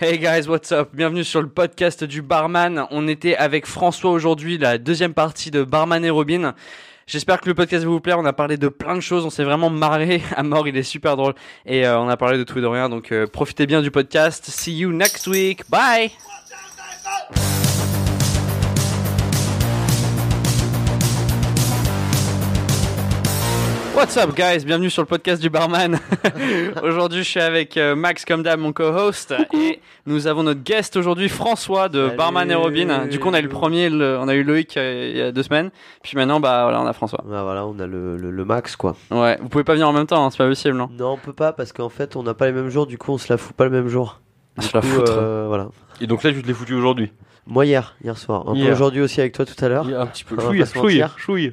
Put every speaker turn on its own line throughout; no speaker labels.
Hey guys, what's up? Bienvenue sur le podcast du barman. On était avec François aujourd'hui, la deuxième partie de Barman et Robin. J'espère que le podcast va vous plaire. On a parlé de plein de choses. On s'est vraiment marré à mort. Il est super drôle. Et euh, on a parlé de tout et de rien. Donc euh, profitez bien du podcast. See you next week. Bye! What's up guys, bienvenue sur le podcast du barman. aujourd'hui je suis avec euh, Max comme d'hab, mon co-host. Et nous avons notre guest aujourd'hui, François de
Salut.
Barman et Robin. Du coup on a eu le premier, le- on a eu Loïc euh, il y a deux semaines. Puis maintenant bah voilà on a François.
Bah voilà, on a le, le- le max quoi.
Ouais, vous pouvez pas venir en même temps, hein, c'est pas possible non.
Non, on peut pas parce qu'en fait, on n'a pas les mêmes jours, du coup, on se la fout pas le même jour.
Je Ah, la
Du coup, euh, voilà.
Et donc là, je te l'ai foutu aujourd'hui.
Moi hier, hier soir. Un peu
Hier.
aujourd'hui aussi avec toi tout à l'heure.
un petit peu.
Ah, On va
Chouille,
pas se
chouille,
mentir.
chouille.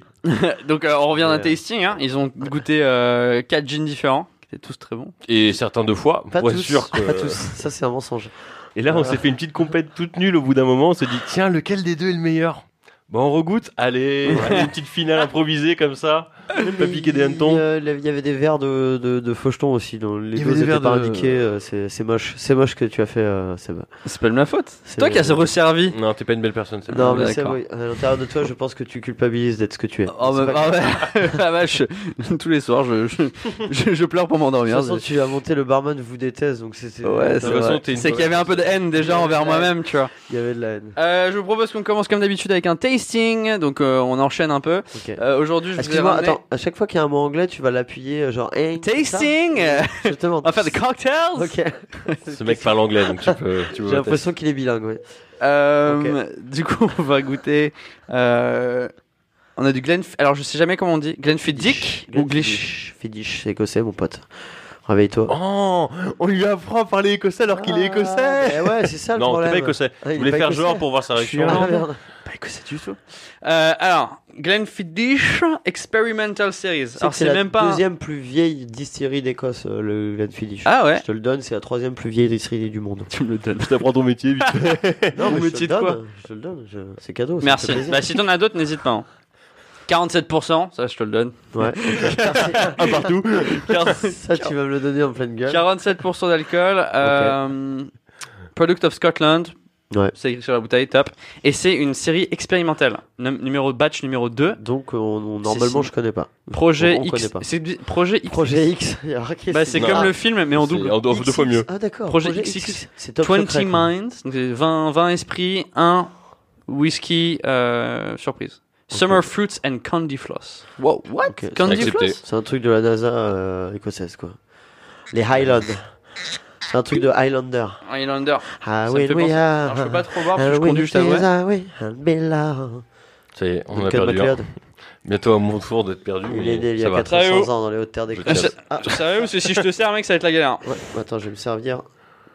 Donc euh, on revient d'un
Euh.
tasting, hein. ils ont goûté euh, quatre jeans différents, qui étaient tous très bons.
Et certains deux fois,
Pas
pour être
tous,
sûr que...
pas tous. Euh. Ça c'est un mensonge.
Et là, on s'est fait une petite compète toute nulle au bout d'un moment. On s'est dit, tiens, lequel des deux est le meilleur Bon, on regoute. Allez, allez, une petite finale improvisée comme ça. Pas piquer des hannetons.
Il, euh, Il y avait des verres de, de, de fauchetons aussi. Donc les
Il y
deux
avait des
étaient
verres
pas
de-
indiqués. euh, C'est c'est moche. C'est moche que tu as fait, euh, Seb.
C'est pas de ma faute, c'est
C'est- euh,
toi qui as resservi.
Non, t'es pas une belle personne, c'est
Non,
Ah,
mais Seb,
d'accord.
oui, à l'intérieur de toi, je pense que tu culpabilises d'être ce que tu es.
Oh,
C'est
bah,
pas
ah
grave.
ouais. la vache, tous les soirs je, je, je- je pleure pour
De toute
m'endormir.
façon,
C'est-
tu as monté le barman, vous déteste. Donc c'est euh, c'est-
Ouais,
toute
c'est
façon,
vrai.
t'es une-
C'est qu'il y avait un peu de haine déjà envers moi-même, tu vois.
il y avait de la haine.
Euh, je vous propose qu'on commence comme d'habitude avec un tasting, donc euh, on enchaîne un peu.
Ok.
Euh, Aujourd'hui je vous ai
Excuse-moi,
ramené...
attends, à chaque fois qu'il y a un mot anglais, tu vas l'appuyer euh, genre hey, c'est ça
Tasting
Justement.
On va faire des cocktails
Ok.
Ce mec parle anglais, donc tu peux... tu peux-
J'ai l'impression qu'il est bilingue, ouais.
Euh, Du coup, on va goûter. euh, on a du Glen. Alors, je sais jamais comment on dit. Glenfiddich ou Glish.
Fidish, c'est écossais, mon pote. Réveille-toi.
Oh, on lui apprend à parler écossais
Oh,
alors qu'il est écossais
Eh ouais, c'est ça le
Non, t'es
problème.
pas écossais.
Ah, il
Je
est
voulais
pas
faire
écossais.
genre pour voir sa
Je suis
réaction.
un-
Ah merde.
Pas écossais du tout. Euh, alors, Glenfiddich Experimental Series. Alors,
C'est
c'est
la
même pas. un-
deuxième plus vieille distillerie d'Écosse, euh, le Glenfiddich.
Ah ouais.
Je te le donne, c'est la troisième plus vieille distillerie du monde.
Tu me le donnes.
Je t'apprends ton métier, vite.
Non,
Vous
mais je te
mettiez
le
de quoi
donne. Je te le donne, je- c'est cadeau. ça me
Merci.
fait plaisir.
Bah, si t'en as d'autres, n'hésite pas. hein. 47%, ça je te le donne.
Ouais.
Un partout.
15
Ça, tu vas me le donner en pleine gueule.
47% d'alcool. euh, Product of Scotland.
Ouais.
C'est écrit sur la bouteille, top. Et c'est une série expérimentale. Num- numéro batch numéro 2.
Donc, euh, on- on- normalement,
si.
je connais pas.
Projet
On- on
X.
connaît pas.
C'est du- Projet X.
Projet X. alors, qu'est-ce
Bah, c'est
que-
Non.
comme
Ah,
le film, mais en
C'est-
double.
en deux- deux fois mieux.
Ah d'accord.
Projet XX.
C'est top
20
secret, quoi.
Minds, donc c'est 20, 20 esprits, 1 whisky, euh, surprise. Summer Fruits and Candy Floss. Wow, what?
Ok,
Candy
accepté.
Floss?
C'est un truc de la NASA euh, écossaise quoi. Les Highlands. C'est un truc de Highlander.
Highlander. Ça
Ah
me
oui,
fait
oui,
penser-
ah.
Alors, je peux pas trop voir parce
Ah
que je
oui,
conduis, je t'avoue.
ah oui, ah, Bella.
Ça y est, on
Duncan
a perdu. un.
hein.
MacLeod.
Bientôt à mon tour d'être perdu,
Il est né
mais
il y a
ça va.
400
Salut.
ans dans les hautes terres des
Je-
Ah,
Sérieux, parce que si je te sers, mec, ça va être la galère.
ouais, attends, je vais me servir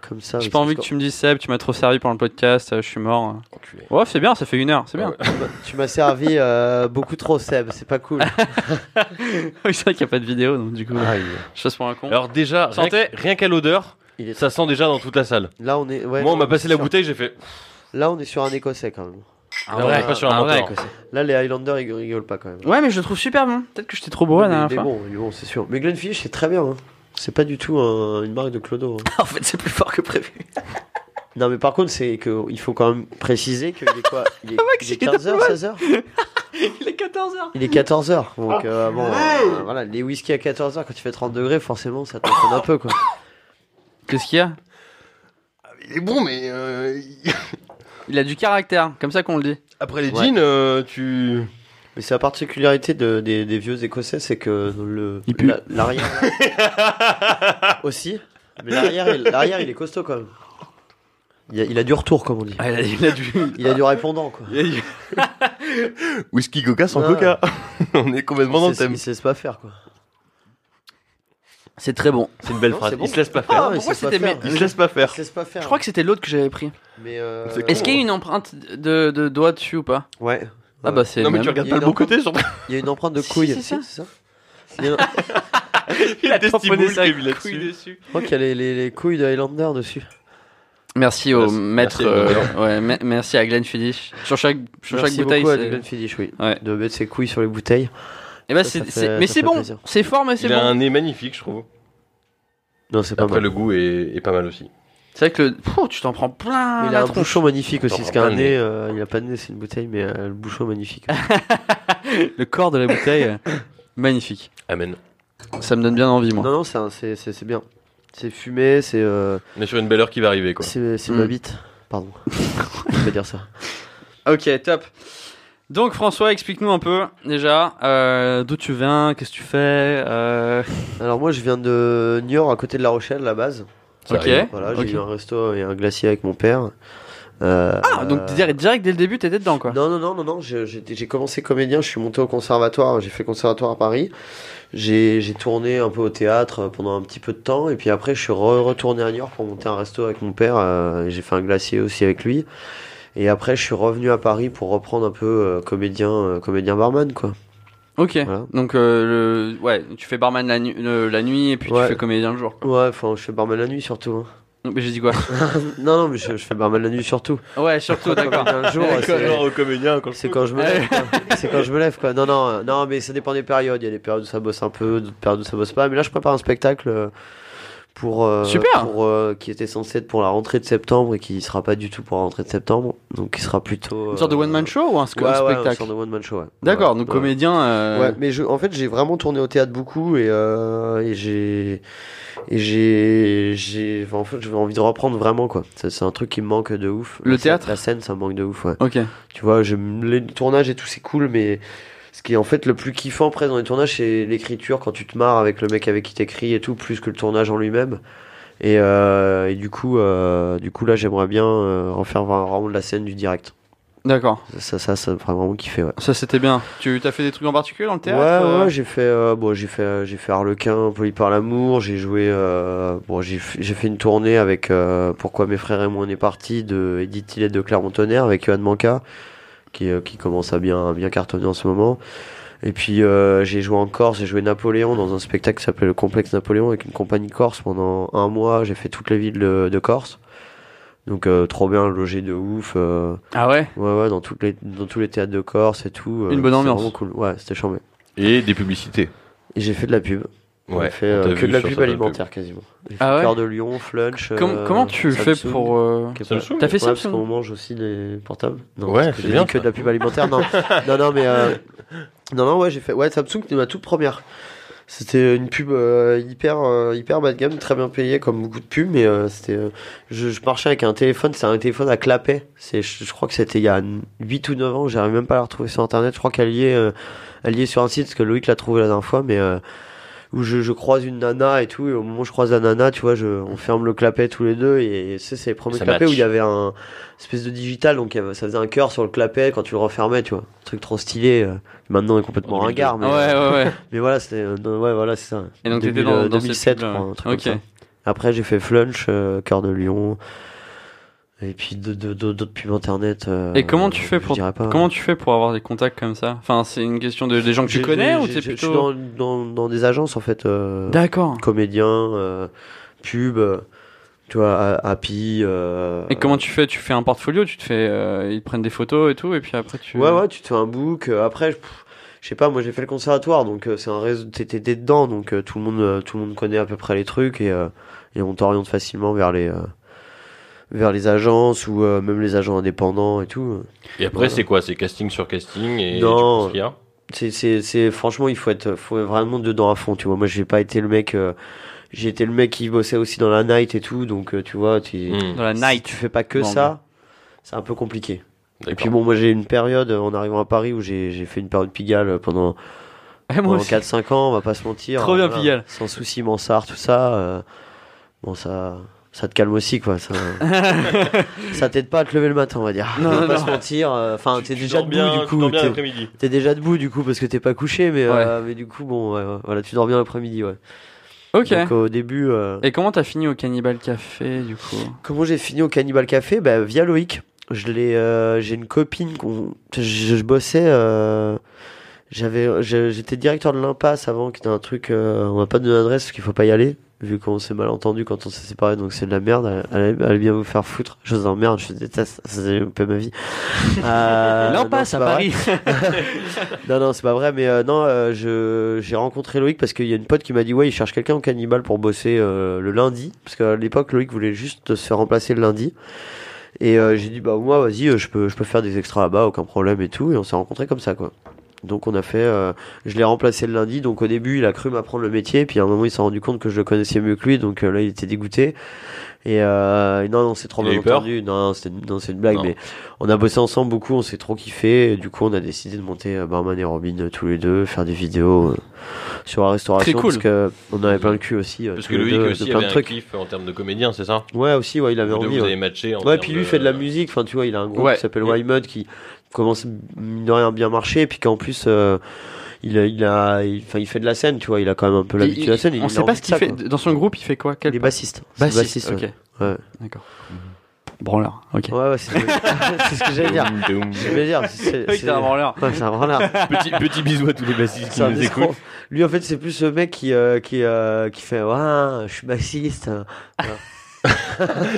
comme ça.
J'ai pas envie que tu me dises Seb, tu m'as trop servi pendant le podcast, euh, je suis mort.
Enculé.
Ouais, c'est bien, ça fait une heure, c'est bien.
Ah Tu m'as servi euh, beaucoup trop, Seb. C'est pas cool.
Oui, c'est vrai qu'il n'y a pas de vidéo, donc du coup,
Aïe.
je passe pour un con.
Alors déjà, rien
Santé.
que- rien qu'à l'odeur,
Il est-
ça sent déjà dans toute la salle.
Là, on est. ouais,
Moi, on m'a passé la
sur-
bouteille, j'ai fait.
Là, on est sur un écossais quand même.
Un
Ah
Là, on est Ah pas sur un
vrai
menteur.
écossais.
Là, les Highlanders, ils rigolent pas quand même.
Ouais, mais je le trouve super bon. Peut-être que j'étais trop beau la
mais,
dernière
mais
fois.
bon, mais bon, c'est sûr. Mais Glenfiddich, c'est très bien. hein. C'est pas du tout un- une marque de clodo. hein.
en fait, c'est plus fort que prévu.
Non, mais par contre, c'est que il faut quand même préciser qu'il est quoi Il est,
mec,
il est
il est
15h, 16h
Il est 14h.
Il est 14h. Donc, euh, bon, euh, voilà, les whisky à 14h, quand il fait 30 degrés, forcément, ça t'entraîne un peu, quoi.
Qu'est-ce qu'il y a
Ah, Il est bon, mais euh,
Il a du caractère, comme ça qu'on le dit.
après les
Ouais.
jeans, euh, tu.
Mais c'est la particularité de- des, des vieux écossais, c'est que le.
Il pue.
la- L'arrière. aussi. Mais l'arrière, il- l'arrière, il est costaud, quand même. Il a, il a du retour, comme on dit.
il, a, Ah, il a du.
Il a du répondant, quoi.
Whisky Coca sans
Ah.
Coca. on est complètement dans
Il
le
se-
thème.
il se laisse pas faire, quoi.
C'est très bon.
C'est une belle
Non,
phrase.
c'est bon.
Il se laisse pas
Ah,
faire.
mais
pourquoi
c'est
c'était
pas
mes-
Il se laisse pas
Il
faire.
se laisse pas faire.
Je crois que c'était l'autre que j'avais pris.
Mais euh,
C'est con.
Est-ce qu'il y a une empreinte de, de doigt dessus ou pas
Ouais.
Ah bah c'est.
Non, mais
même.
tu regardes
Il y a
pas le
une
bon côté, surtout.
Il y a une empreinte de
Si,
couille.
c'est
Si,
ça.
c'est ça. Il y a-
Il
a tamponné sa
est
couille
là-dessus.
dessus.
Je crois qu'il y a les, les- les couilles de Highlander dessus.
Merci au
Merci-
maître.
merci,
euh, ouais, me- merci à Glenn Fiddich. Sur chaque, sur chaque
Merci
bouteille.
beaucoup à
c'est-
Glenfiddich, oui.
Ouais.
De mettre ses couilles sur les bouteilles.
Eh ben,
Ça,
c'est-
ça fait-
c'est- mais
ça
c'est
fait
bon.
plaisir.
C'est fort, mais c'est
Il a
bon.
un nez magnifique, je trouve.
Non, c'est pas
Après,
mal.
le goût est est pas mal aussi.
C'est vrai que le- Pouh, tu t'en prends plein
il a
Ah, la
un
tronche.
bouchon magnifique aussi,
Attends,
ce qu'un
pas de
nez,
nez.
euh, il a pas de nez, c'est une bouteille, mais euh, le bouchon magnifique.
Le corps de la bouteille, euh, magnifique.
Amen.
Ça me donne bien envie, moi.
non, non, c'est un- c'est c'est- c'est bien. C'est fumé, c'est euh,
On est sur une belle heure qui va arriver, quoi.
c'est c'est
Mm.
ma bite. Pardon, je vais pas dire ça.
Ok, top. Donc François, explique-nous un peu déjà euh, d'où tu viens, qu'est-ce que tu fais. euh,
Alors moi je viens de Niort à côté de La Rochelle à la base.
Ça
ok.
arrive.
Voilà,
Ok.
j'ai eu un resto et un glacier avec mon père. Euh,
Ah, donc
euh,
direct, direct dès le début, t'étais dedans quoi.
Non non non non non, j'ai- j'ai j'ai commencé comédien, je suis monté au conservatoire, j'ai fait conservatoire à Paris. J'ai j'ai tourné un peu au théâtre euh, pendant un petit peu de temps et puis après je suis re- retourné à Niort pour monter un resto avec mon père, euh, et j'ai fait un glacier aussi avec lui. Et après je suis revenu à Paris pour reprendre un peu euh, comédien euh, comédien barman quoi.
Ok.
Voilà.
Donc euh, le... ouais, tu fais barman la, nu- euh, la nuit et puis
Ouais.
tu fais comédien le jour. Quoi.
Ouais, enfin je fais barman la nuit surtout. hein.
Donc, Mais j'ai dit quoi
Non non, mais je, je fais barman la nuit surtout.
Ouais, surtout, d'accord.
Comédien le jour,
D'accord.
c'est-
Genre au comédien, quand
C'est quand je me lève. quoi. C'est quand je me lève quoi. Non non euh, non mais ça dépend des périodes. Il y a des périodes où ça bosse un peu, d'autres périodes où ça bosse pas. Mais là je prépare un spectacle euh, pour, euh,
Super.
pour, euh, qui était censé être pour la rentrée de septembre et qui sera pas du tout pour la rentrée de septembre. Donc qui sera plutôt
Une sorte de
euh,
one man show ou un, sc-
ouais,
un
ouais, une
spectacle
sorte de one man show. ouais.
D'accord,
Ouais,
donc
ouais.
comédien. euh,
Ouais, mais je, en fait, j'ai vraiment tourné au théâtre beaucoup et, euh, et j'ai, et j'ai, j'ai, enfin, en fait, j'ai envie de reprendre vraiment quoi. Ça, C'est un truc qui me manque de ouf.
Le
La scène-
théâtre
La scène, ça me manque de ouf. Ouais.
Ok.
Tu vois, j'aime les tournages et tout, c'est cool, mais ce qui est en fait le plus kiffant après dans les tournages, c'est l'écriture, quand tu te marres avec le mec avec qui t'écris et tout, plus que le tournage en lui-même. Et, euh, et du coup, euh, du coup là, j'aimerais bien euh, refaire vraiment de la scène du direct.
D'accord.
Ça, ça, ça, me ferait vraiment kiffer, ouais.
Ça c'était bien. Tu as fait des trucs en particulier dans le théâtre
ouais,
euh
ouais, j'ai fait, euh, bon, j'ai fait, euh, j'ai fait Harlequin, Poli par l'amour, j'ai joué, euh, bon, j'ai, f- j'ai fait une tournée avec euh, Pourquoi mes frères et moi on est partis de Edith Tillet de Clermont-Tonnerre avec Johan Manca, qui, euh, qui commence à bien, bien cartonner en ce moment. Et puis euh, j'ai joué en Corse, j'ai joué Napoléon dans un spectacle qui s'appelait le Complexe Napoléon avec une compagnie corse pendant un mois. J'ai fait toutes les villes de, de Corse, donc euh, trop bien logé de ouf. euh,
Ah ouais
ouais ouais dans toutes les dans tous les théâtres de Corse et tout. euh,
Une bonne
c'était
ambiance.
Vraiment cool. Ouais, c'était chambé.
Et des publicités.
Et j'ai fait de la pub. On a fait
on
euh,
t'a
que
vu
de la
sur
pub
cette
alimentaire quasiment. J'ai fait
Ah ouais
Cœur de Lion, Flunch.
Com-
euh,
Comment tu fais
Samsung.
pour. euh,
Ok, voilà.
Samsung
T'as fait
Ouais, parce
Samsung
qu'on mange aussi des portables. Non,
Ouais,
parce que
c'est
j'ai
bien,
dit que
ça.
de la pub alimentaire. Non, non, non, mais euh, non, non, ouais, j'ai fait. Ouais, Samsung, c'était ma toute première. C'était une pub euh, hyper euh, hyper bas de gamme, très bien payée comme beaucoup de pubs, mais euh, c'était. euh, je, je marchais avec un téléphone, c'est un téléphone à clapet. C'est, je, je crois que c'était il y a 8 ou 9 ans. J'arrive même pas à la retrouver sur internet. Je crois qu'elle y est, euh, elle y est sur un site parce que Loïc l'a trouvé la dernière fois, mais. euh, où je, je croise une nana et tout, et au moment où je croise la nana, tu vois, je, on ferme le clapet tous les deux, et c'est, c'est les premiers
Ça
clapets où
match.
il y avait un espèce de digital, donc il y avait- ça faisait un cœur sur le clapet quand tu le refermais, tu vois. Un truc trop stylé, euh, qui maintenant est complètement
En 2002.
ringard, Ah, mais, euh,
Ouais, ouais, ouais.
mais voilà, c'était, euh, non, ouais, voilà, c'est ça.
Et donc t'étais
2000,
dans,
euh,
dans
2007,
cette
je
pub,
crois,
ouais.
un truc
Ok.
comme ça. Après, j'ai fait Flunch, euh, Cœur de Lion, et puis de- de- de- d'autres pubs internet. euh,
Et comment tu fais
je
pour-
dirais pas.
Comment tu fais pour avoir des contacts comme ça Enfin, c'est une question de, des gens que tu
J'ai-
connais
j'ai-
ou
j'ai-
t'es
je suis
plutôt.
dans, dans, dans des agences, en fait. euh,
D'accord.
comédien, euh, pub, euh, tu vois, ha- happy. euh,
Et comment tu fais Tu fais un portfolio, tu te fais, euh, ils te prennent des photos et tout, et puis après tu.
Ouais, ouais, tu te fais un book. euh, Après, je pff, je sais pas, moi j'ai fait le conservatoire, donc euh, c'est un réseau. t'es- T'es t'es dedans, donc euh, tout le monde, euh, tout le monde connaît à peu près les trucs et, euh, et on t'oriente facilement vers les. euh, vers les agences ou euh, même les agents indépendants et tout. euh.
Et après,
Voilà.
c'est quoi C'est casting sur casting
Non.
et tu penses qu'il y a
C'est, c'est, c'est franchement, il faut être, faut être vraiment dedans à fond. Tu vois, moi j'ai pas été le mec, euh, j'ai été le mec qui bossait aussi dans la night et tout, donc euh, tu vois, tu,
Hmm,
Dans Mm. la
si
night.
tu fais pas que
Bang.
ça, c'est un peu compliqué. Et puis
d'accord.
bon, moi j'ai une période euh, en arrivant à Paris où j'ai j'ai fait une période Pigalle pendant,
Eh, moi
pendant
aussi.
4-5 ans, on va pas se mentir. hein,
Trop bien, Pigalle.
Sans souci, Mansart, tout ça. euh, bon, ça, ça te calme aussi quoi. Ça, ça t'aide pas à te lever le matin, on va dire.
Non,
on va
non,
pas
non.
se mentir. euh, Enfin,
Tu-
t'es
tu
déjà
dors
debout
bien-
du
Tu dors
coup.
bien
t'es-
l'après-midi.
T'es déjà debout du coup parce que t'es pas couché, mais, euh, mais du coup, bon, ouais, ouais, voilà, tu dors bien l'après-midi, ouais.
Ok.
Donc au début. euh,
Et comment t'as fini au Cannibal Café du coup
Comment j'ai fini au Cannibal Café bah, Via Loïc. Je l'ai, euh, j'ai une copine, qu'on- je, je bossais, euh, j'avais, je- j'étais directeur de l'impasse avant, qui était un truc, euh, on va pas donner l'adresse parce qu'il faut pas y aller. vu qu'on s'est mal entendu quand on s'est séparés, donc c'est de la merde. Allez, allez bien vous faire foutre. Chose en merde, je déteste. Ça, c'est un peu ma vie. Euh,
Là, on
non,
passe
c'est
à
pas vrai.
Paris.
Non, non, c'est pas vrai, mais euh, non, euh, je- j'ai rencontré Loïc parce qu'il y a une pote qui m'a dit Ouais, il cherche quelqu'un en cannibale pour bosser euh, le lundi. Parce qu'à l'époque, Loïc voulait juste se faire remplacer le lundi. Et euh, j'ai dit Bah, moi, vas-y, euh, je peux, je peux faire des extras là-bas, aucun problème et tout. Et on s'est rencontrés comme ça, quoi. Donc, on a fait. euh, je l'ai remplacé le lundi. Donc, au début, il a cru m'apprendre le métier. Puis, à un moment, il s'est rendu compte que je le connaissais mieux que lui. Donc, euh, là, il était dégoûté. Et euh, non, non, c'est trop
Il a
bien
eu peur
entendu. Non, non, c'était- non, c'est une blague,
Non.
mais on a bossé ensemble beaucoup, on s'est trop kiffé. Et du coup, on a décidé de monter euh, Barman et Robin euh, tous les deux, faire des vidéos euh, sur la restauration.
Très cool.
parce que euh, on avait plein le cul aussi. euh,
Parce
tous
que
les
Loïc
deux,
aussi
de plein
avait
de
un
trucs.
kiff en termes de comédien, c'est ça
Ouais, aussi, ouais, il avait
Vous deux,
envie.
vous
ouais.
avez matché. en
Ouais,
termes
puis lui il fait de la musique. Enfin, tu vois, il a un groupe
Ouais.
qui s'appelle
Mm.
Why Mud qui commence mine de rien à bien marcher. Et puis qu'en plus, euh, il a, il a, il- enfin, il fait de la scène. Tu vois, il a quand même un peu l'habitude de la scène. et
on
il a
sait
envie
pas ce
de
qu'il
ça,
fait.
quoi.
Dans son groupe, il fait quoi Quel
Il est bassiste. C'est
bassiste,
ouais.
ok.
Ouais.
D'accord. Branleur, ok.
Ouais, ouais, c'est c'est ce que j'allais dire.
Doum, doum.
J'allais dire, c'est
Oui,
c'est-
c'est un branleur.
Ouais, c'est un branleur.
petit, petit bisou à tous les bassistes qui
C'est un
nous
escroc.
écoutent.
Lui, en fait, c'est plus ce mec qui, euh, qui, euh, qui fait Ouais, je suis bassiste.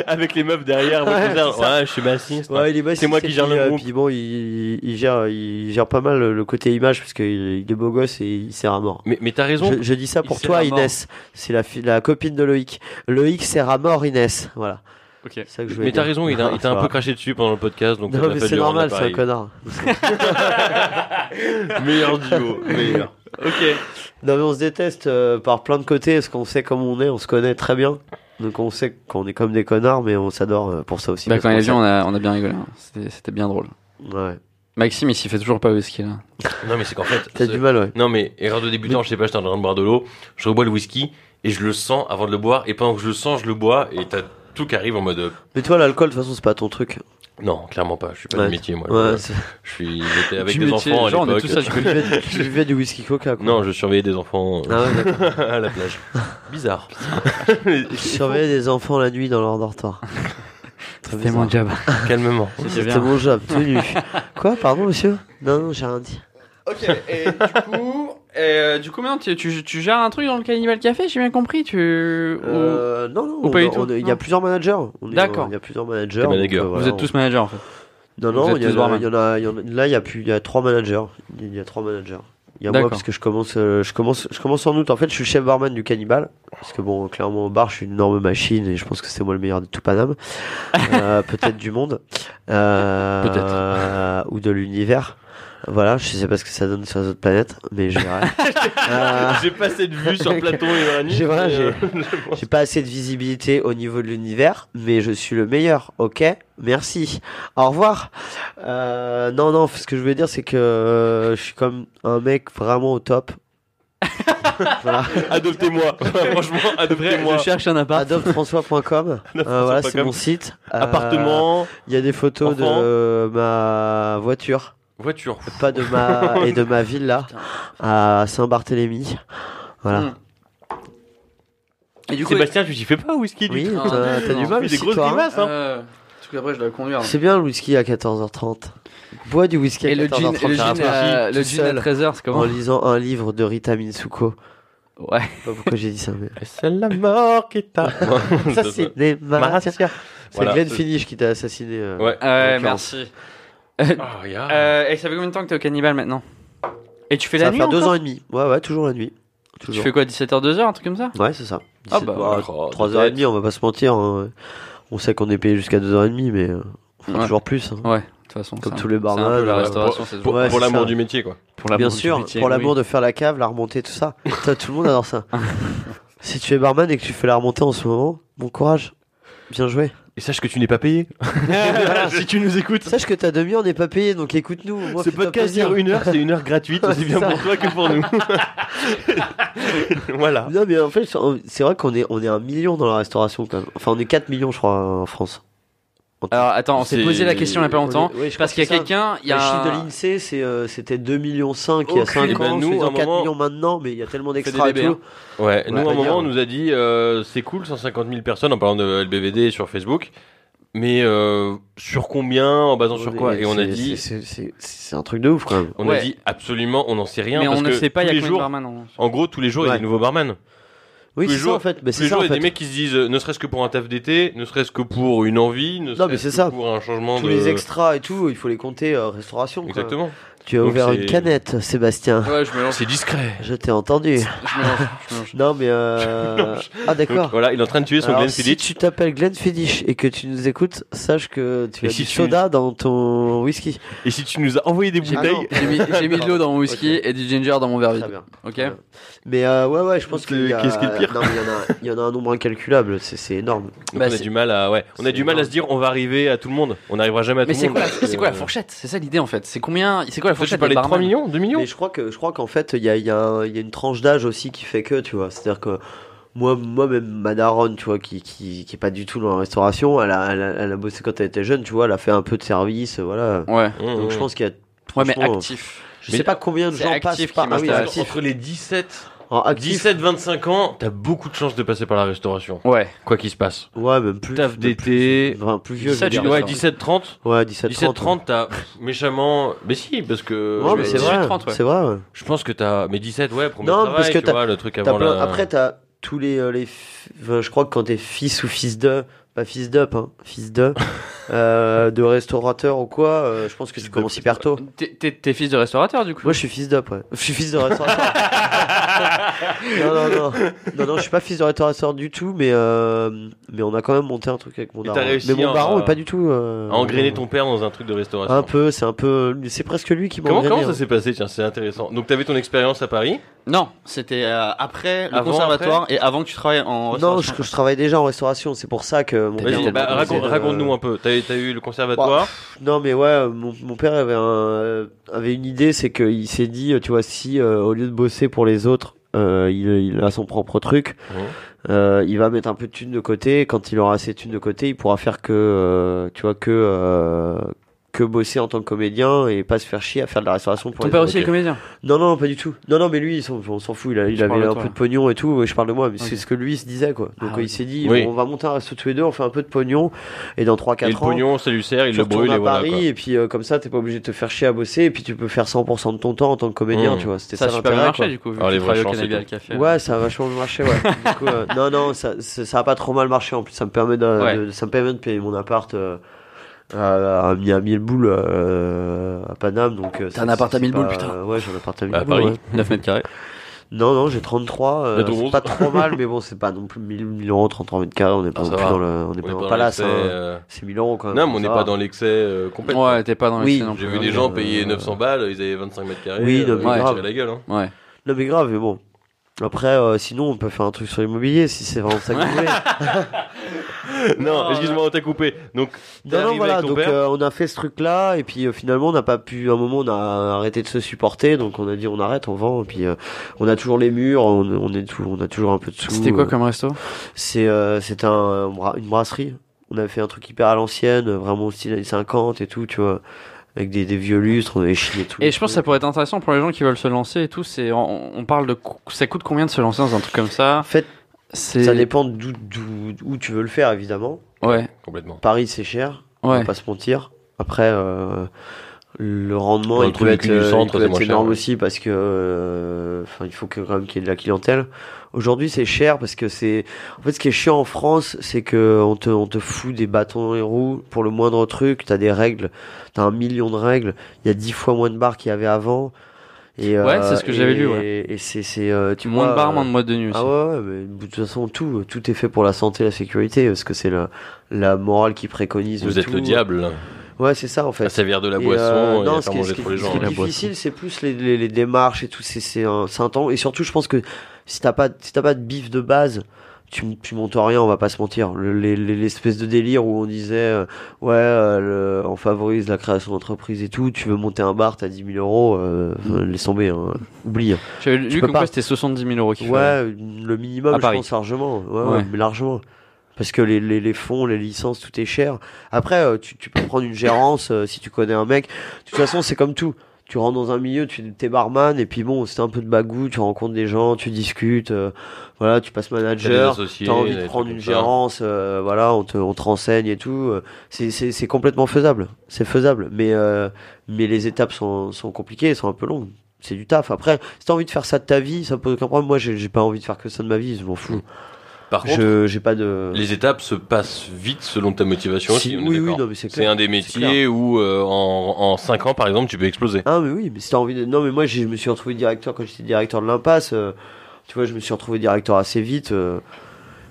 Avec les meufs derrière,
Ouais,
votre concert.
c'est ça.
ouais, je suis bassiste.
Ouais, il est bassiste.
C'est moi qui
et
gère
puis,
le
euh,
groupe.
Puis bon, il, il gère, il gère pas mal le côté image parce qu'il il est beau gosse et il sert à mort.
Mais, mais t'as raison.
Je, je dis ça
il
pour
sert
toi,
à mort.
Inès. C'est la, fi- la copine de Loïc. Loïc sert à mort, Inès. Voilà.
Ok.
C'est ça que je voulais
Mais t'as
dire.
raison, il t'a il t'a un peu
Voilà.
craché dessus pendant le podcast. Donc
Non, mais c'est normal, c'est un connard.
Meilleur duo. Meilleur.
Ok.
Non mais on se déteste euh, par plein de côtés, parce qu'on sait comment on est, on se connaît très bien. Donc on sait qu'on est comme des connards, mais on s'adore euh, pour ça aussi.
Bah,
parce
quand il est
qu'on
venu, on a, on a bien rigolé. hein. C'était c'était bien drôle.
sait- Ouais.
Maxime, il s'y fait toujours pas au ski là.
Non, mais c'est qu'en fait.
T'as
ce-
du mal, ouais.
Non, mais erreur de débutant, je sais pas, j'étais en train de boire de l'eau. Je rebois le whisky et je le sens avant de le boire. Et pendant que je le sens, je le bois. Et t'as tout qui arrive en mode. euh,
Mais toi, l'alcool, de toute façon, c'est pas ton truc.
Non, clairement pas. Je suis pas
Ouais.
du métier, moi.
Ouais,
Je-
c'est-
Je suis. J'étais avec
Du
des
métier,
enfants à
genre, on est tous
l'époque.
âgés.
tu buvais, tu buvais du whisky coca, quoi.
Non, je surveillais des enfants euh,
Ah ouais, d'accord.
à la plage. Bizarre.
Tu surveillais des enfants la nuit dans leur dortoir. Très
C'était
bizarre.
mon job.
Calmement.
C'était
C'était
bien.
mon job, tout nu. Quoi, pardon, monsieur Non, non, j'ai rien dit.
Ok, et du coup, et, euh, du coup maintenant tu, tu- tu gères un truc dans le Cannibal Café, j'ai bien compris, tu... ou-
Euh, non, non,
ou
on-
pas du tout,
on- il y a
non.
plusieurs managers. On est-
D'accord.
Il y a plusieurs managers.
Des managers.
donc, euh,
Vous
voilà,
êtes tous managers en fait.
Non,
Vous
non,
êtes
il y, en
tous
a-
barman.
il y en a, il y en a- là, il y a plus, il y a trois managers. Il y a trois managers. Il y a moi
D'accord.
parce que je commence, euh, je commence, je commence en août. En fait, je suis chef barman du Cannibal parce que bon, clairement au bar, je suis une énorme machine et je pense que c'est moi le meilleur de tout Paname, Euh, peut-être du monde, Euh, ou de l'univers. Voilà, je sais pas ce que ça donne sur les autres planètes, mais je verrai. Euh,
J'ai pas cette vue sur Platon et Uranus.
J'ai- voilà,
mais,
j'ai-
euh,
j'ai pas assez de visibilité au niveau de l'univers, mais je suis le meilleur, ok Merci. Au revoir. Euh, non, non, ce que je voulais dire, c'est que euh, je suis comme un mec vraiment au top. voilà.
Adoptez-moi. Franchement, adoptez-moi.
Je cherche un
Bah,
appart.
AdopteFrançois.com. Euh, voilà, c'est
Adoptefrançois.com.
mon site. Euh,
Appartement,
Il y a des photos
enfant.
de ma voiture.
voiture.
Pas de ma et de ma villa à Saint-Barthélemy. Voilà.
Mmh.
Mm. Et du coup...
Sébastien, tu t'y fais pas au whisky
Oui,
du tout
Ah,
t'as t'as
non,
du
tu
mal
fais des
aussi,
grosses
toi, hein.
grimaces, hein.
euh, du coup après je dois le conduire.
C'est bien le whisky à 14h30. Bois du whisky à
Et le gin, et
14h30
le gin,
t'as l'impression,
à- le
tout
gin à
seul,
13h, c'est
en
comment
lisant un livre de Rita Mitsuko.
Ouais.
Je sais pas pourquoi j'ai dit ça, mais...
C'est la mort qui t'a.
ça, c'est des maratiens. C'est
Voilà.
Glenn Finish qui t'a assassiné. euh.
Ouais.
Ouais,
D'accord.
merci.
Ah, regarde.
Euh, et ça fait combien de temps que t'es au Cannibal maintenant Et tu fais
Ça
la
va
nuit
faire deux
encore
ans et demi. Ouais, ouais, toujours la nuit.
Tu
Toujours.
fais quoi, 17h, 2h, un truc comme ça
Ouais, c'est ça.
Ah bah,
oh,
3h30, on va pas se mentir. hein. On sait qu'on est payé jusqu'à 2h30, mais euh, on fera
Ouais.
toujours plus. hein.
Ouais, de toute façon.
Comme
c'est un
tous les euh,
peu- c'est un peu
barman,
la
ouais.
restauration, c'est
Pour,
Ouais,
pour
c'est
l'amour
ça.
du métier, quoi.
pour l'amour
Bien
du
sûr,
métier,
pour l'amour
oui.
de faire la cave, la remontée, tout ça. ça. Tout le monde adore ça. si tu es barman et que tu fais la remontée en ce moment, bon courage. Bien joué.
Et sache que tu n'es pas payé. si tu nous écoutes.
Sache que ta demi, on n'est pas payé, donc écoute-nous. au moins,
Ce
fais-toi Oh,
podcast
plaisir.
dure une heure, c'est une heure gratuite,
Ouais,
aussi
c'est
bien
ça.
pour toi que pour nous. voilà.
Non, mais en fait, c'est vrai qu'on est, on est un million dans la restauration quand même. Enfin, on est 4 millions, je crois, en France.
Alors attends, on s'est
C'est-
posé la question il y a pas longtemps.
On est- ouais, je
Parce
crois
qu'il y
que
a
c'est ça.
quelqu'un, il y
Le
a.
chiffre de l'INSEE, c'est, euh, c'était 2,5 millions il y a
Aucune
5
idée.
ans.
Ben, nous,
nous,
à un
4
moment-
millions maintenant, mais il y a tellement
des
d'extra et
bébés, hein.
tout.
Ouais, bah, nous, à
pas
un
dire,
moment, on
ouais.
nous a dit euh, c'est cool, 150 000 personnes en parlant de LBVD sur Facebook, mais euh, sur combien, en basant sur quoi
Mais
Et on a
c'est-
dit,
C'est, c'est- c'est un truc de ouf quand même.
on a
Ouais.
dit absolument, on n'en sait rien.
Mais
parce
on ne
que
sait pas, il y
tous
a
les
combien de
jours,
barman en-
En gros, tous les jours, il y a
Ouais.
des nouveaux barman.
Oui,
Tous
c'est
les
ça
jours-
en fait. Mais
Tous les
c'est ça
jours,
en
il y a des
fait.
mecs qui se disent, euh, ne serait-ce que pour un taf d'été, ne serait-ce que pour une envie, ne
Non, mais
serait-ce
c'est
que
ça.
pour un changement
Tous
de...
les extras et tout, il faut les compter euh, restauration. quoi.
Exactement.
Tu as
Donc
ouvert
c'est-
une canette, Sébastien.
Ouais, je mélange.
C'est discret.
Je t'ai entendu.
Je mélange. Je mélange.
Non, mais euh... ah
Donc
d'accord.
voilà, il est en train de tuer son
Alors,
Glenn
si
Fiddich.
tu t'appelles Glenfiddich et que tu nous écoutes, sache que tu
Et
as
si
du
tu-
soda dans ton whisky.
Et si tu nous as envoyé des
J'ai
Ah
bouteilles,
non.
j'ai mis, j'ai mis de l'eau dans mon whisky
Ok.
et du ginger dans mon verre
Très
vide.
bien.
Ok.
Bah,
bien. Mais euh, ouais, ouais, je pense
C'est-
qu'il y a...
qu'est-ce qui est le pire
non, mais il y en a- il y, en a un nombre incalculable. C'est c'est énorme.
donc
Bah,
on a
c'est-
du mal à, ouais, on a
c'est
du mal à
énorme.
se dire, on va arriver à tout le monde. On n'arrivera jamais à
Mais
tout
c'est
le monde.
quoi, la- c'est quoi la
Euh,
fourchette C'est ça l'idée en fait. C'est combien C'est quoi la
Toi, tu
fourchette
parlais
des
de 3
barman
millions 2 millions
Mais je crois que je crois qu'en fait, il y a, il y, a un- il y a une tranche d'âge aussi qui fait que, tu vois. C'est-à-dire que moi, moi même ma daronne, tu vois, qui, qui, qui est pas du tout dans la restauration, elle a, elle a, elle a bossé quand elle était jeune, tu vois, elle a fait un peu de service, voilà.
Ouais.
Mmh,
Donc je pense qu'il y
Mmh,
a,
Ouais, mais
Franchement,
actif.
je
Mais-
sais pas combien de
C'est
gens
actif
passent
qui
par. Ah oui,
m'intéresse.
actif.
Entre les 17,
En actif.
17-25 ans, t'as beaucoup de chances de passer par la restauration.
Ouais.
Quoi qu'il se passe.
Ouais, même plus.
Taf
même
d'été.
plus, enfin, plus vieux. je veux
17,
dire.
du-
Ouais, 17-30.
Ouais, 17, 30.
17-30, t'as pff, méchamment. Mais si, parce que.
Ouais, mais
je-
c'est vrai.
18, 30, ouais.
C'est vrai, ouais.
Je pense que t'as. Mais 17, ouais, premier
Non,
travail,
parce que
tu
t'as-
vois, le truc
T'as
avant
plein-
la.
Après, t'as tous les. euh, les fi- enfin, je crois que quand t'es fils ou fils de. Pas fils d'up, hein. Fils de. euh, de restaurateur ou quoi. euh, je pense que tu
Fils
commences
d'up,
hyper tôt.
T'es- T'es t'es fils de restaurateur du coup
Moi, je suis fils d'up, ouais. Je suis fils de restaurateur. non, non, non. Non, non, je suis pas fils de restaurateur du tout, mais. euh, mais on a quand même monté un truc avec mon
Et t'as
daron.
réussi
Mais mon
à-
baron est pas du tout. euh,
À engrainer ton père dans un truc de restauration.
Un peu, c'est un peu. C'est presque lui qui m'a
Comment, comment
engrainé,
ça
hein.
s'est passé Tiens, c'est intéressant. Donc, t'avais ton expérience à Paris.
Non, c'était euh, après le
Avant,
conservatoire et avant que tu travailles en
Non,
restauration.
je, je travaille déjà en restauration, c'est pour ça que mon
Vas-y,
père.
Vas-y,
m'a
bah,
proposé
raconte-
de-
raconte-nous un peu. T'as t'as eu le conservatoire.
Non, mais ouais, euh, mon, mon père avait, un, euh, avait une idée, c'est qu'il s'est dit, euh, tu vois, si euh, au lieu de bosser pour les autres, euh, il, il a son propre truc,
Ouais.
euh, il va mettre un peu de thunes de côté. et Quand il aura assez de thunes de côté, il pourra faire que, euh, tu vois, que, euh, que bosser en tant que comédien et pas se faire chier à faire de la restauration pour
Ton
les
père
autres.
aussi est comédien
Non, non, pas du tout. Non, non, mais lui, il s'en- on s'en fout. Il, a- il
Tu
avait
parles de
un
toi,
peu
là.
de pognon et tout. Je parle de moi, mais
Ok.
c'est ce que lui se disait, quoi. Donc
Ah,
euh,
ok.
il s'est dit,
Oui.
bon, on va monter un resto tous les deux, on fait un peu de pognon. Et dans 3-4
Et
ans,
le pognon, ça lui sert, il
tu
le
retournes
brûle
à
et voilà.
Paris
quoi.
et puis euh, comme ça, t'es pas obligé de te faire chier à bosser et puis tu peux faire 100% de ton temps en tant que comédien,
Mmh.
tu vois. C'était
Ça
ça,
a super bien
l'intérêt.
marché
quoi.
du coup. Vu
Alors,
que
les
tu travailles au
vraies chances,
Canada
c'est
Café.
Ouais, ça a vachement marché, ouais. Du coup, euh, non, non, ça, ça ça a pas trop mal marché en plus. Ça me permet de,
Ouais.
de- ça me permet de payer mon appart. euh, à, à, mi- à 1000 boules euh, à Paname donc euh,
T'as
c'est-
un appart à
c'est
1000
pas- euh,
boules, putain.
ouais j'ai un appart à 1000
À
boules
Paris.
ouais.
9 mètres carrés.
Non, non, j'ai 33. euh,
Bah, donc,
c'est pas trop mal, mais bon, c'est pas non plus 1000, 1000 euros, 33 mètres carrés. On n'est pas
Ah,
non
ça
plus
va.
dans le, on n'est pas dans
On est pas
le
dans
palace.
l'excès,
hein.
euh,
C'est 1000 euros quand même.
Non, mais on n'est
ça
pas
va.
dans l'excès euh, complet.
Ouais, t'es pas dans les
Oui.
filles non
J'ai
plus,
vu
hein.
des gens payer
euh,
900 balles, ils avaient 25 mètres carrés.
Oui, non,
euh,
mais
ils
grave.
tiraient la gueule. Hein.
Ouais.
Non, mais grave, mais bon. Après, euh, sinon, on peut faire un truc sur l'immobilier si c'est vraiment ça que vous voulez.
non,
Non,
excuse-moi, on t'a coupé. Donc,
Non,
T'es
non,
arrivé
voilà,
avec ton
donc
père
euh, on a fait ce truc-là, et puis euh, finalement, on n'a pas pu, à un moment, on a arrêté de se supporter, donc on a dit on arrête, on vend, et puis euh, on a toujours les murs, on, on est tout, on a toujours un peu de sous.
C'était quoi
euh,
comme resto
C'est euh, c'est un, euh, bra- une brasserie. On avait fait un truc hyper à l'ancienne, euh, vraiment au style années 50 et tout, tu vois. Avec des, des vieux lustres, on avait chié tout.
Et je pense que ça pourrait être intéressant pour les gens qui veulent se lancer et tout. C'est on, on parle de co- ça coûte combien de se lancer dans un truc comme ça
En fait,
C'est
ça dépend d'où, d'où, d'où tu veux le faire, évidemment.
ouais
complètement.
Paris, c'est cher, on
ouais
va pas se mentir. Après, euh, le rendement,
Dans le
il
trou
peut
du
être,
cul du
euh, il
centre,
peut
c'est
être
moins cher,
énorme
ouais.
aussi parce que, euh, enfin, il faut que, quand même qu'il y ait de la clientèle. Aujourd'hui, c'est cher parce que c'est, en fait, ce qui est chiant en France, c'est que on te, on te fout des bâtons dans les roues pour le moindre truc. T'as des règles, t'as un million de règles. Il y a dix fois moins de bars qu'il y avait avant. Et, euh,
Ouais, c'est ce que j'avais
et-
lu,
Et c'est, c'est, euh, tu
moins
vois,
de bar,
euh,
moins de mois de nuit. aussi.
ah ouais, ouais, mais de toute façon, tout, euh, tout est fait pour la santé, la sécurité, parce que c'est la, la morale qui préconise
Vous
de
êtes
tout.
le diable
Ouais, c'est ça en fait.
à servir de la
Et,
boisson
euh,
et
non,
à
ce
faire
qui est-
manger
ce qui est-
pour les gens. hein.
Ce qui est
La boisson.
difficile, c'est plus les, les, les démarches et tout. C'est c'est un, c'est un temps. Et surtout, je pense que si t'as pas, si t'as pas de bif de base, tu, tu montes rien. On va pas se mentir. Le- les- les- L'espèce de délire où on disait, euh, ouais, euh, le- on favorise la création d'entreprise et tout. Tu veux monter un bar, t'as 10 000 euros, euh, laisse tomber, hein. oublie.
J'avais lu
peux
comme
pas.
quoi c'était 70 000 euros qu'il fallait.
Ouais, le minimum,
À
je
Paris.
pense, largement. Ouais, ouais,
Ouais.
mais largement. Parce que les, les, les fonds, les licences, tout est cher. Après, euh, tu, tu peux prendre une gérance euh, si tu connais un mec. De toute façon, c'est comme tout. Tu rentres dans un milieu, tu es barman, et puis bon, c'est un peu de bagou, tu rencontres des gens, tu discutes, euh, voilà, tu passes
T'as des
manager,
associés,
t'as envie
des
de
trucs
prendre
comme
une
ça.
gérance, euh, voilà, on te, on te renseigne et tout. euh, c'est- C'est c'est complètement faisable, c'est faisable, mais, euh, mais les étapes sont, sont compliquées, elles sont un peu longues. c'est du taf. Après, si t'as envie de faire ça de ta vie, ça pose aucun problème. Moi, j'ai j'ai pas envie de faire que ça de ma vie, je m'en fous.
Par contre,
Je, j'ai pas de.
les étapes se passent vite selon ta motivation
Si-
aussi. on est
oui, oui,
d'accord.
non, mais c'est
C'est
clair.
un des métiers où euh, en, en 5 ans, par exemple, tu peux exploser.
Ah, mais oui, mais si t'as envie de. Non, mais moi, j'ai- je me suis retrouvé directeur quand j'étais directeur de l'impasse. euh, tu vois, je me suis retrouvé directeur assez vite. euh,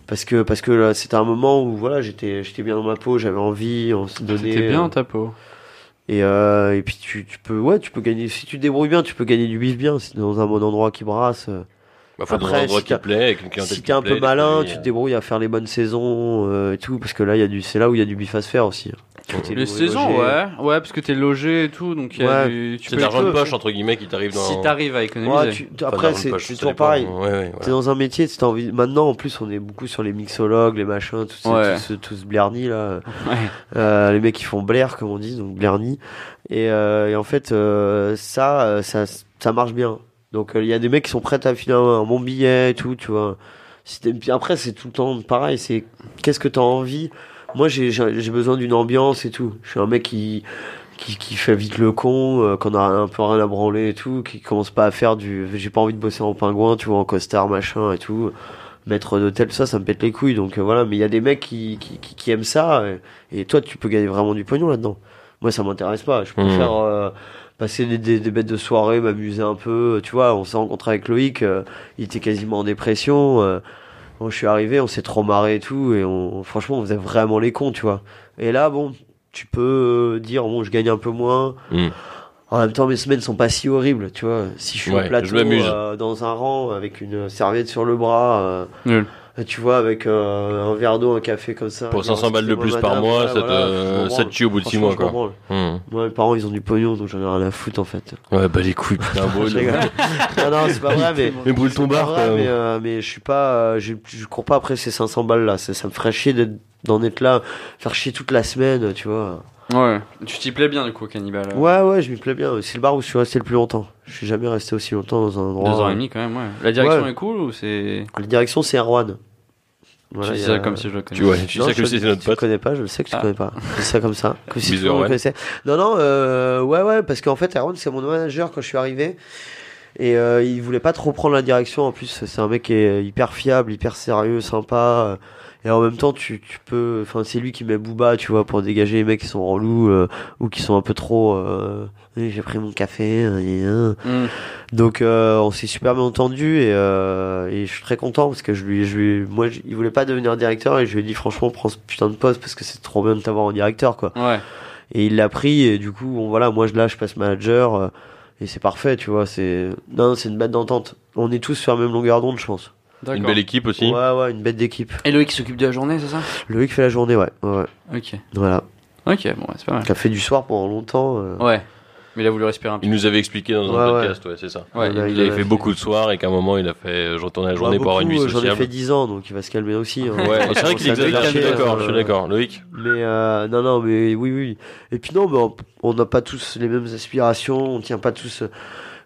parce que, parce que là, c'était un moment où, voilà, j'étais, j'étais bien dans ma peau, j'avais envie, on se donnait.
C'était
euh,
bien ta peau.
Et, euh, et puis tu, tu peux ouais tu peux gagner si tu te débrouilles bien tu peux gagner du bif bien si t'es dans un bon endroit qui brasse euh.
Bah, faut
Après,
dans un endroit
si
qui
t'as-
te plaît, avec une clientèle
si
qui
t'es un
te plaît,
peu malin
puis,
tu te
euh,
débrouilles à faire les bonnes saisons euh, et tout parce que là il y a du c'est là où il y a du bif à se faire aussi Quand t'es
Les
logé.
saisons, ouais. Ouais, parce que t'es logé et tout, donc il y a
Ouais.
du- tu
C'est
peux
de l'argent de
peux-
poche, entre guillemets, qui t'arrive dans.
si t'arrives à économiser.
Ouais, tu- tu-
enfin,
après
d'argent de
c'est
poche,
c'est
ça
toujours
dépend.
pareil
Ouais, ouais,
T'es
voilà.
dans un métier, si t'as envie. Maintenant, en plus, on est beaucoup sur les mixologues, les machins, tout, ce-
Ouais.
tout ce, tout ce blerni là.
Ouais.
Euh, les mecs qui font blair, comme on dit, donc blerni. Et, euh, et en fait, euh, ça, euh, ça, ça marche bien. Donc euh, il y a des mecs qui sont prêts à filer un, un bon billet et tout, tu vois. Si t'es- puis après, c'est tout le temps pareil. C'est qu'est-ce que t'as envie. Moi, j'ai j'ai- j'ai besoin d'une ambiance et tout. Je suis un mec qui qui, qui fait vite le con, euh, qu'on a un peu rien à branler et tout, qui commence pas à faire du. J'ai pas envie de bosser en pingouin, tu vois, en costard, machin et tout. Maître d'hôtel, ça, ça me pète les couilles. Donc euh, voilà, mais il y a des mecs qui, qui, qui, qui aiment ça. Et, et toi, tu peux gagner vraiment du pognon là-dedans. Moi, ça m'intéresse pas. Je préfère euh, passer des, des, des bêtes de soirée, m'amuser un peu. Tu vois, on s'est rencontré avec Loïc, euh, il était quasiment en dépression. euh, quand je suis arrivé, on s'est trop marré et tout. Et on, franchement, on faisait vraiment les cons, tu vois. Et là, bon, tu peux euh, dire bon je gagne un peu moins
Mm.
en même temps mes semaines sont pas si horribles tu vois si je suis
Ouais,
au plateau
je m'amuse.
euh, dans un rang avec une serviette sur le bras euh,
Nul.
tu vois avec euh, un verre d'eau un café comme ça
Pour
dire,
500 balles de
excusez-moi,
plus par
madame,
mois,
voilà,
ça
voilà, je
te
m'en
ça
branle.
te tue au bout de 6
Franchement,
mois,
je m'en
quoi.
branle.
Hum.
moi mes parents ils ont du pognon donc j'en ai rien à foutre en fait
Ouais, bah les couilles, putain, beau.
Je rigole. non non c'est pas vrai Ah mais
Mais brûle ton
c'est pas
bar,
vrai,
quoi.
mais, euh, mais je suis pas euh, je, je cours pas après ces 500 balles là ça, ça me ferait chier d'être- d'en être là faire chier toute la semaine tu vois
Ouais. Tu t'y plais bien du coup, Cannibal.
Ouais, ouais, je m'y plais bien. C'est le bar où je suis resté le plus longtemps. Je suis jamais resté aussi longtemps dans un endroit.
Deux heures et demie quand même, ouais. La direction
Ouais.
est cool ou c'est.
La direction, c'est Erwan. Voilà,
tu dis
il y
ça
a-
comme si je le connais.
Tu ouais, tu
Non,
sais
je
que
sais
c'est
que
notre
Tu le
pote.
connais pas, je le sais que tu
Ah.
connais pas. Je dis ça comme ça. Comme si
Bisous,
tout le monde le
Erwan.
connaissait. Non, non, euh, ouais, ouais, parce qu'en fait, Erwan, c'est mon manager quand je suis arrivé. Et euh, il voulait pas trop prendre la direction. En plus, c'est un mec qui est hyper fiable, hyper sérieux, sympa. Et en même temps, tu, tu peux. Enfin, c'est lui qui met Booba, tu vois, pour dégager les mecs qui sont relous euh, ou qui sont un peu trop. euh, Oui, J'ai pris mon café. hein, et, hein.
Hmm.
Donc euh, on s'est super bien entendu et, euh, et je suis très content parce que je lui, je lui, moi, je- il voulait pas devenir directeur et je lui ai dit franchement prends ce putain de poste parce que c'est trop bien de t'avoir en directeur quoi.
Ouais.
Et il l'a pris et du coup bon voilà moi je là je passe manager euh, et c'est parfait tu vois c'est non c'est une bête d'entente. On est tous sur la même longueur d'onde je pense.
D'accord.
Une belle équipe aussi.
Ouais ouais une bête d'équipe.
Et Loïc s'occupe de la journée, c'est ça
Loïc fait la journée ouais ouais, ouais.
Ok.
voilà.
Ok, bon, ouais, c'est pas mal.
Il a fait du soir pendant longtemps. euh.
Ouais. Mais il a voulu respirer un peu.
Il nous avait expliqué dans un
Ouais, ouais.
podcast, ouais, c'est ça.
Ouais,
il a-
Il avait fait beaucoup de soirs et qu'à un moment, il a fait euh, je retourne à la
Bah,
journée pour avoir une vie
beaucoup, euh, J'en ai
sociable.
fait 10 ans donc il va se calmer aussi. hein.
Ouais, c'est vrai qu'il
Ça
exagère, je suis
décale,
d'accord,
euh,
je suis d'accord. Loïc
Mais euh, non, non, mais oui, oui. Et puis non, mais on- on n'a pas tous les mêmes aspirations, on tient pas tous. euh,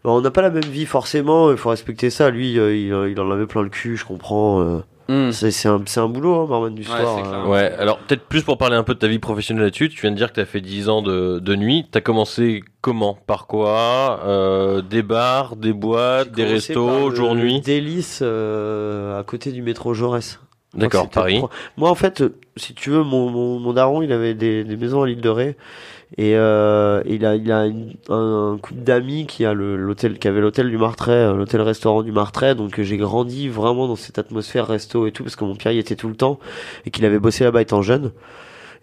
On n'a pas la même vie forcément, il faut respecter ça. Lui, euh, il, euh, il en avait plein le cul, je comprends. euh.
Hmm.
C'est c'est un, c'est un boulot, hein, barman du
Ouais,
soir.
c'est clair.
euh.
Ouais, alors peut-être plus pour parler un peu de ta vie professionnelle là-dessus, tu viens de dire que t'as fait 10 ans de, de nuit, t'as commencé comment Par quoi Euh, Des bars, des boîtes,
J'ai
des
commencé par
restos,
le- Oh, le
jour-nuit
Délice euh, à côté du métro Jaurès.
D'accord,
C'était
Paris.
pro- Moi, en fait, euh, si tu veux, mon, mon, mon daron, il avait des, des maisons à l'île de Ré. Et euh, il a, il a une- un, un couple d'amis qui, a le- l'hôtel, qui avait l'hôtel du Martret, euh, l'hôtel-restaurant du Martret. Donc, euh, j'ai grandi vraiment dans cette atmosphère resto et tout, parce que mon père y était tout le temps et qu'il avait bossé là-bas étant jeune.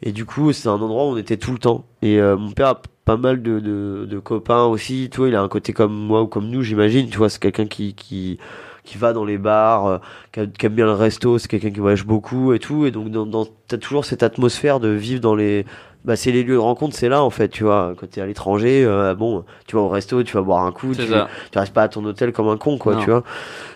Et du coup, c'est un endroit où on était tout le temps. Et euh, mon père a p- pas mal de, de, de copains aussi, tu vois, il a un côté comme moi ou comme nous, j'imagine, tu vois, c'est quelqu'un qui, qui, qui va dans les bars, euh, qui, a- qui aime bien le resto, c'est quelqu'un qui voyage beaucoup et tout, et donc dans, dans, t'as toujours cette atmosphère de vivre dans les... Bah, c'est les lieux de rencontre, c'est là en fait, tu vois, quand t'es à l'étranger, euh, bon, tu vas au resto, tu vas boire un coup,
C'est
tu,
ça.
tu restes pas à ton hôtel comme un con quoi
Non.
tu vois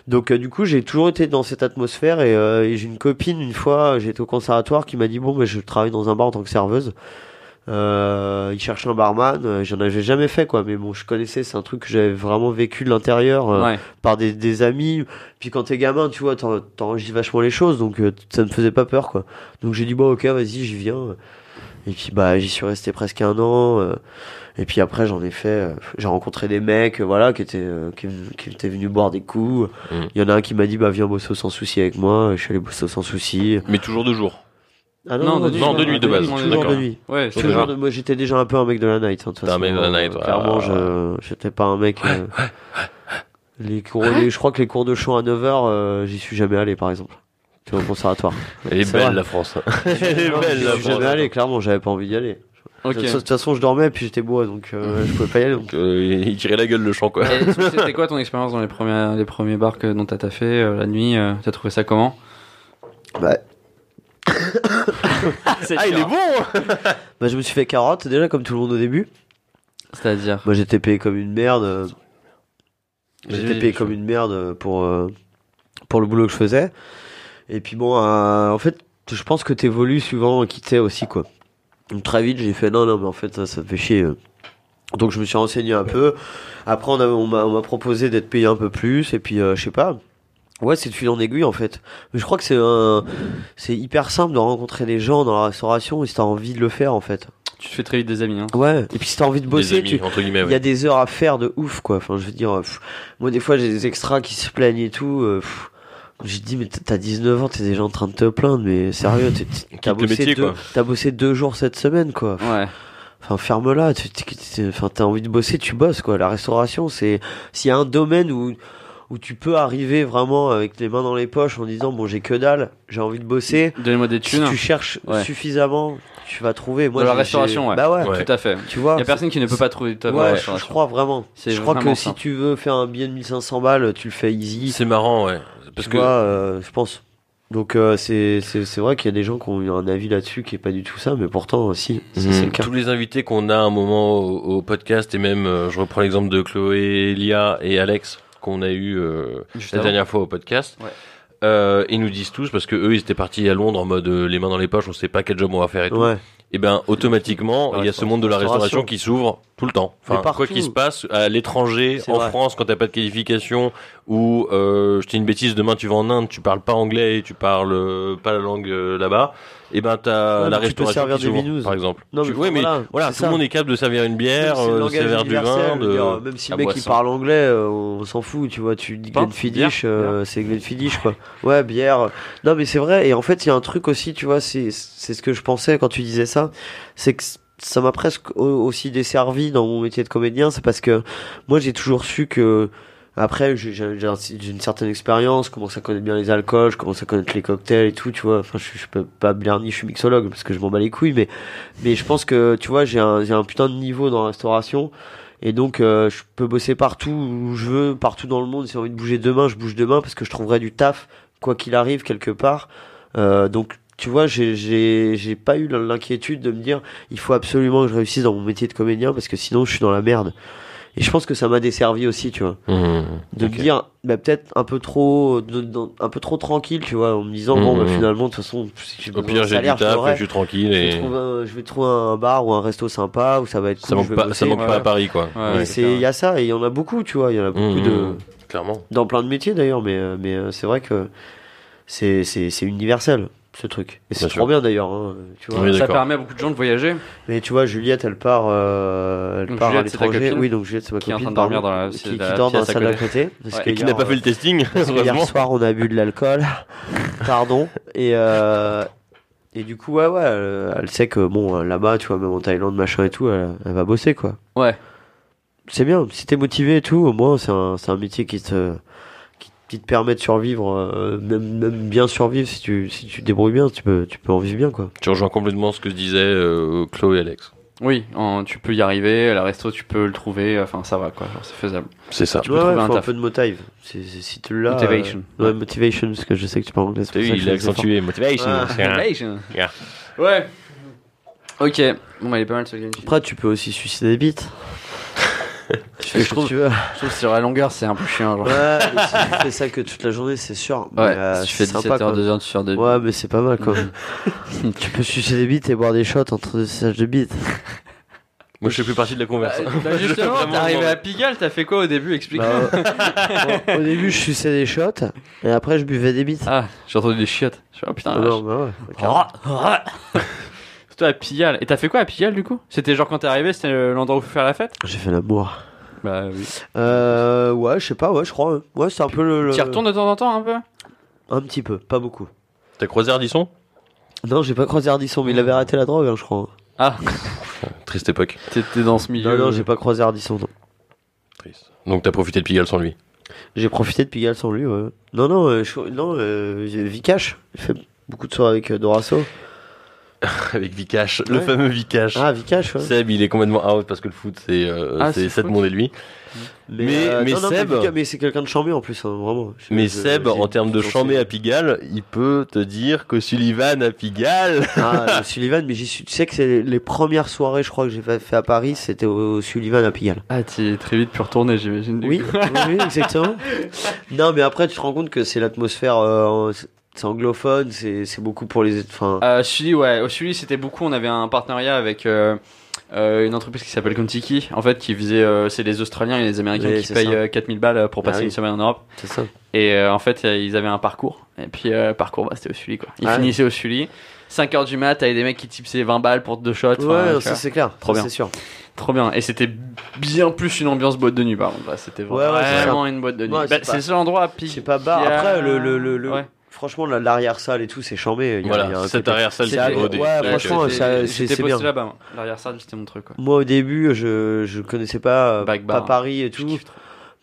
donc euh, du coup j'ai toujours été dans cette atmosphère et, euh, et j'ai une copine une fois euh, j'étais au conservatoire qui m'a dit bon mais je travaille dans un bar en tant que serveuse euh, il cherchait un barman euh, j'en avais jamais fait quoi mais bon je connaissais c'est un truc que j'avais vraiment vécu de l'intérieur euh,
Ouais.
par des, des amis puis quand t'es gamin tu vois t'en- t'enregistres vachement les choses donc euh, ça me faisait pas peur quoi donc j'ai dit bon ok vas-y j'y viens Et puis bah j'y suis resté presque un an. euh, et puis après j'en ai fait, euh, j'ai rencontré des mecs, euh, voilà, qui étaient euh, qui, qui étaient venus boire des coups.
Mm.
Il y en a un qui m'a dit bah viens bosser au sans souci avec moi. Je suis allé bosser au sans souci.
Mais toujours de jour.
Ah
Non, de nuit,
toujours
non, de nuit, de
toujours
base,
toujours
d'accord.
de nuit.
Ouais,
Au
c'est
déjà.
Toujours de- moi j'étais déjà un peu un mec de la night. hein, de toute
T'es un
façon,
mec de la night, ouais.
Clairement, je j'étais pas un mec. euh, Les cours, les- je crois que les cours de chant à 9h, j'y suis jamais allé par exemple. Tu vois, au conservatoire.
Elle est
C'est
belle
vrai.
la France. hein. Elle est
Non,
belle la
j'y suis jamais
France.
allé, clairement, j'avais pas envie d'y aller.
ok.
De toute façon, je dormais puis j'étais bois, donc euh, je pouvais pas y aller. donc.
Euh, il tirait la gueule le champ quoi.
Et surtout, C'était quoi ton expérience dans les premiers, les premiers bars que, dont t'as taffé euh, la nuit euh, T'as trouvé ça comment
Bah,
Ah il est bon
bah, je me suis fait carotte déjà comme tout le monde au début.
C'est-à-dire
Moi, j'étais payé comme une merde. euh, J'étais
Vas-y,
payé
tu
comme une merde euh, pour euh, pour le boulot que je faisais. Et puis bon, euh, en fait, je pense que t'évolues suivant qui t'es aussi quoi. Donc très vite, j'ai fait non, non, mais en fait, ça, ça me fait chier. euh. Donc je me suis renseigné un peu. Après, on a- on m'a on m'a proposé d'être payé un peu plus. Et puis, euh, je sais pas. Ouais, c'est de fil en aiguille en fait. Mais je crois que c'est un, c'est hyper simple de rencontrer des gens dans la restauration et si t'as envie de le faire en fait.
Tu te fais très vite des amis. Hein.
Ouais. Et puis si t'as envie de
Des
bosser, tu,
amis, entre guillemets.
il y
Eh ouais.
a des heures à faire de ouf, quoi. Enfin, je veux dire, pff, moi, des fois, j'ai des extras qui se plaignent et tout. euh, pff, je dis, mais t'as 19 ans, t'es déjà en train de te plaindre, mais sérieux, t'es- t'es-
Quitte
t'as
le
bossé,
métier,
deux-
quoi.
t'as bossé deux jours cette semaine, quoi.
Ouais.
Enfin, ferme-la. tu- tu- tu- Enfin, t'as envie de bosser, tu bosses, quoi. La restauration, c'est. S'il y a un domaine où, où tu peux arriver vraiment avec les mains dans les poches en disant, bon, j'ai que dalle, j'ai envie de bosser.
Donnez-moi des
Si
thunes.
tu cherches
Ouais.
suffisamment, tu vas trouver. Moi,
Dans la
j'ai-
restauration,
j'ai-
ouais.
Bah ouais,
Ouais.
Tout à fait.
tu vois.
Il y a personne qui ne peut pas trouver de taf dans la
Ouais, je, je
restauration.
crois vraiment.
C'est
Je crois que
vraiment
si
ça.
tu veux faire un billet de 1500 balles, tu le fais easy.
C'est marrant ouais. Parce
tu
que
vois, euh, je pense. Donc euh, c'est c'est c'est vrai qu'il y a des gens qui ont eu un avis là-dessus qui est pas du tout ça, mais pourtant euh, si, si, c'est le
Mm.
cas.
Tous les invités qu'on a un moment au, au podcast et même euh, je reprends l'exemple de Chloé, Elia et Alex qu'on a eu euh,
Juste
la
avant.
dernière fois au podcast.
Ouais.
Euh, ils nous disent tous parce que eux ils étaient partis à Londres en mode euh, les mains dans les poches, on sait pas quel job on va faire et tout.
Ouais.
Et ben automatiquement
La
il y a ce monde de la restauration
restauration.
qui s'ouvre tout le temps. Enfin,
Mais partout.
quoi qu'il se passe à l'étranger,
C'est
en
vrai.
France quand t'as pas de qualification ou euh, je dis une bêtise demain tu vas en Inde, tu parles pas anglais, et tu parles euh, pas la langue euh, là-bas. Et ben t'as
Ouais,
la
mais tu peux
restauration
servir
qui
des
s'ouvre,
binous.
par exemple.
Non,
Tu-
mais
ouais, mais
voilà,
voilà,
c'est
tout
ça.
le monde est capable de servir une bière,
C'est le
euh, de
langage
servir du vin,
universel, je veux
de Ah,
dire, même si
la
le mec il
boisson.
parle anglais, euh, on s'en fout, tu vois, tu dis
Pain,
Glenfiddich,
bière,
euh, c'est Glenfiddich quoi. Ouais, bière. Non mais c'est vrai et en fait, il y a un truc aussi, tu vois, c'est c'est ce que je pensais quand tu disais ça, c'est que ça m'a presque au- aussi desservi dans mon métier de comédien, c'est parce que moi j'ai toujours su que après j'ai j'ai- j'ai un- j'ai une certaine expérience, je commence à connaître bien les alcools, je commence à connaître les cocktails et tout, tu vois. Enfin, je, suis- je peux pas ni je suis mixologue parce que je m'en bats les couilles, mais mais je pense que tu vois, j'ai un j'ai un putain de niveau dans la restauration et donc euh, je peux bosser partout où je veux, partout dans le monde. Si j'ai envie de bouger demain, je bouge demain parce que je trouverai du taf quoi qu'il arrive quelque part. Euh, donc tu vois, j'ai j'ai j'ai pas eu l'inquiétude de me dire il faut absolument que je réussisse dans mon métier de comédien parce que sinon je suis dans la merde. Et je pense que ça m'a desservi aussi, tu vois de
Mmh. Ok.
me dire bah, peut-être un peu trop euh, de- dans- un peu trop tranquille tu vois en me disant bon
Mhm.
bah, finalement de toute façon si j'ai
Au
besoin
pire,
d'un
j'ai du
salaire, je
taf,
l'aurai.
je suis tranquille
je vais,
et
trouver un, je vais trouver un bar ou un resto sympa où ça va être cool je
ça manque
vais
pas, ça
bosser.
manque
ouais.
pas à Paris, quoi.
Ouais.
Et c'est il y a ça et il y en a beaucoup tu vois il y en a beaucoup
Mhm.
de
Clairement.
dans plein de métiers d'ailleurs mais euh, mais euh, c'est vrai que c'est c'est c'est universel ce truc et c'est
Bien
trop
sûr.
bien d'ailleurs hein, tu vois
Oui,
ça
d'accord.
permet à beaucoup de gens de voyager
mais tu vois Juliette elle part euh, elle
Donc,
part
Juliette,
à
c'est ta
l'étranger
copine
oui donc Juliette c'est ma
qui est en
copine
train de dormir
pardon,
dans la-
qui, qui
dans la
dort dans la
pièce à
salle d'à
côté.
côté parce
Ouais.
que
Et qui
hier,
n'a pas
euh,
fait le testing,
Parce que
heureusement.
hier soir, on a bu de l'alcool. Pardon. Et, euh, et du coup, ouais, ouais, elle, elle sait que bon, là-bas, tu vois, même en Thaïlande, machin et tout, elle, elle va bosser, quoi.
Ouais.
C'est bien. Si t'es motivé et tout, au moins, c'est un, c'est un métier qui te, qui, qui te permet de survivre, euh, même, même bien survivre si tu, si tu te débrouilles bien, tu peux, tu peux en vivre bien, quoi.
Tu rejoins complètement ce que disaient euh, Chloé et Alex.
Oui, en- tu peux y arriver, la resto tu peux le trouver, enfin ça va quoi, genre, c'est faisable.
C'est ça.
peux
Ouais,
trouver
ouais,
un
faut un
taf.
peu de motive. C'est- c'est- si tu l'as. euh,
Motivation.
ouais, motivation, parce que je sais que tu parles anglais. c'est
T'as
pour ça
vu,
que je
il a
fais des efforts.
accentué motivation.
Ah.
c'est un- Yeah.
Ouais. Ok, bon bah, il est pas mal ce game. Je
Après, tu peux aussi suicider des bites. tu fais ce que
trouve-
tu veux.
trouve que sur la longueur c'est un peu chiant genre.
Ouais, mais si tu fais ça que toute la journée, c'est sûr. Mais,
Ouais,
euh,
si tu fais
c'est
17
sympa,
heures,
quoi.
2 heures, tu sors de...
Ouais, mais c'est pas mal quand même. tu peux sucer des bites et boire des shots entre deux sages de bites.
Moi, je fais plus partie de la conversation.
Bah, justement,
Bah, Vraiment,
t'es arrivé
non.
à Pigalle, t'as fait quoi au début Explique.
Bah, au- au début, je suçais des shots et après, je buvais des bites.
Ah, j'ai entendu des chiottes. Je suis, oh putain,
Ah
la
non, bah ouais, ok.
vache. plutôt à Pigalle. Et t'as fait quoi à Pigalle du coup C'était genre quand t'es arrivé, c'était euh, l'endroit où faut faire la fête
J'ai fait l'amour.
Bah oui.
Euh, ouais, je sais pas, ouais, je crois. hein. Ouais, c'est un peu le. le-
T'y retournes de temps en temps un peu
Un petit peu, pas beaucoup.
T'as croisé Ardisson
Non, j'ai pas croisé Ardisson, mais il avait arrêté la drogue, hein, je crois.
Ah,
Triste époque.
t'étais dans ce milieu.
Non, non, j'ai pas croisé Ardisson. non.
Triste. Donc t'as profité de Pigalle sans lui.
J'ai profité de Pigalle sans lui, ouais. Non, non, euh, je- non euh, j'ai- Vikash. J'ai fait beaucoup de soirées avec euh, Dorasso.
Avec Vikash, le
Ouais.
fameux Vikash.
Ah, Vikash, ouais.
Seb, il est complètement out parce que le foot, c'est
Ah,
euh,
c'est
c'est sept
foot.
monde et lui. Mais- mais
mais
Seb-
Vika- mais c'est quelqu'un de chambé en plus, hein, vraiment. Je-
Mais
je-
Seb,
j'ai
en termes de
confiance.
chambé à Pigalle, il peut te dire que Sullivan à Pigalle.
Ah, le Sullivan, mais j'y suis. Tu sais que c'est les premières soirées, je crois, que j'ai fa- fait à Paris, c'était au, au Sullivan à Pigalle.
Ah, t'y es très vite pu retourner, j'imagine. du
Oui,
coup.
oui, oui, exactement. Non, mais après, tu te rends compte que c'est l'atmosphère. euh, en- c'est anglophone, c'est c'est beaucoup pour les. Enfin,
Euh, Sully, ouais. Au Sully, c'était beaucoup. On avait un partenariat avec euh, euh, une entreprise qui s'appelle Contiki, en fait, qui faisait. euh, c'est les Australiens et les Américains
Oui,
qui
c'est
payent
ça.
euh, 4000 balles pour
Bah
passer
oui.
une semaine en Europe.
c'est ça.
Et euh, en fait, euh, ils avaient un parcours. Et puis, euh, parcours, bah, c'était au Sully, quoi. Ils
Ah ouais.
finissaient au Sully. 5h du mat, t'avais des mecs qui tipsaient 20 balles pour deux shots. enfin,
Ouais, non,
tu vois.
ça c'est clair.
Trop
ça,
bien.
C'est sûr.
Trop bien. Et c'était bien plus une ambiance boîte de nuit, par contre. Là, C'était
Ouais, ouais, c'est
vraiment une boîte de nuit.
Ouais,
Bah,
c'est
c'est
pas-
le seul endroit à
C'est
pique.
pas bar. Après, le. le, le, le-
Ouais.
Franchement, la- l'arrière-salle et tout, c'est chambé. Il y a- il y a un
Voilà, cette
côté-
arrière-salle,
c'est-
c'est
ouais, franchement,
J'étais-
ça- c'est-
J'étais
c'est
posté
bien.
là-bas, moi. L'arrière-salle, c'était mon truc, quoi.
Moi, au début, je, je connaissais pas, euh,
Back
pas
bar.
Paris et
Je
tout.
kiffe trop.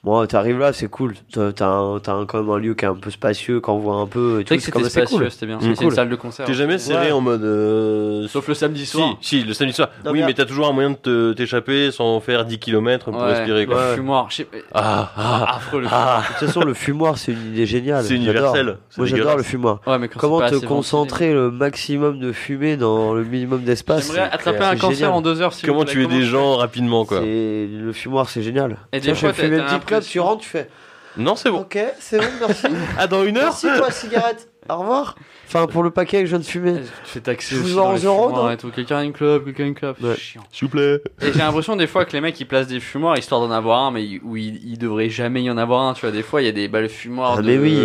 Moi, t'arrives là, c'est cool. T'as t'as un- t'as un- quand même un lieu qui est un peu spacieux, qu'on voit un peu. Et
Tu sais
tout.
que
C'est
c'était
quand même assez
spacieux,
cool.
c'était bien.
Mm.
C'est une
Cool.
salle de concert.
T'es jamais serré
Ouais.
en mode. euh,
Sauf le samedi
Si,
soir.
si, le samedi soir.
Non,
oui,
mais-
mais t'as toujours un moyen de te- t'échapper sans faire 10 km pour
Ouais.
respirer. Quoi.
Je suis mort. Je sais-
Ah, ah,
Affreux le.
ah,
De toute façon, le fumoir, c'est une idée géniale.
c'est
Ah, J'adore.
universel. c'est
Moi, j'adore le
dégueulasse.
fumoir.
Ouais, mais quand
Comment
c'est pas
te
assez ventilé.
concentrer le maximum de fumée dans le minimum d'espace
J'aimerais
c'est
attraper
clair,
un
c'est
cancer
génial.
en deux heures. s'il vous
Bah, Comment
plaît.
tuer des gens rapidement, quoi.
C'est- Le fumoir, c'est génial.
Et des
Tiens,
fois,
je vais fumer
t'as- t'as
un petit club, tu
l'impression-
rentres, tu fais
Non, c'est bon.
Ok, c'est bon, merci.
Ah, dans une heure
merci pour la cigarette. Au revoir. Enfin, pour le paquet que je viens de fumer.
Tu fais taxer
Je vous
aussi
vends
dans les
11 euros,
fumoirs
non
et tout. Quelqu'un a une clope, quelqu'un a une clope.
Ouais.
Chiant.
S'il vous plaît.
Et j'ai l'impression des fois que les mecs ils placent des fumoirs histoire d'en avoir un, mais ils- où il, il devrait jamais y en avoir un. Tu vois, des fois il y a des balles fumoirs,
Ah,
de-
mais oui.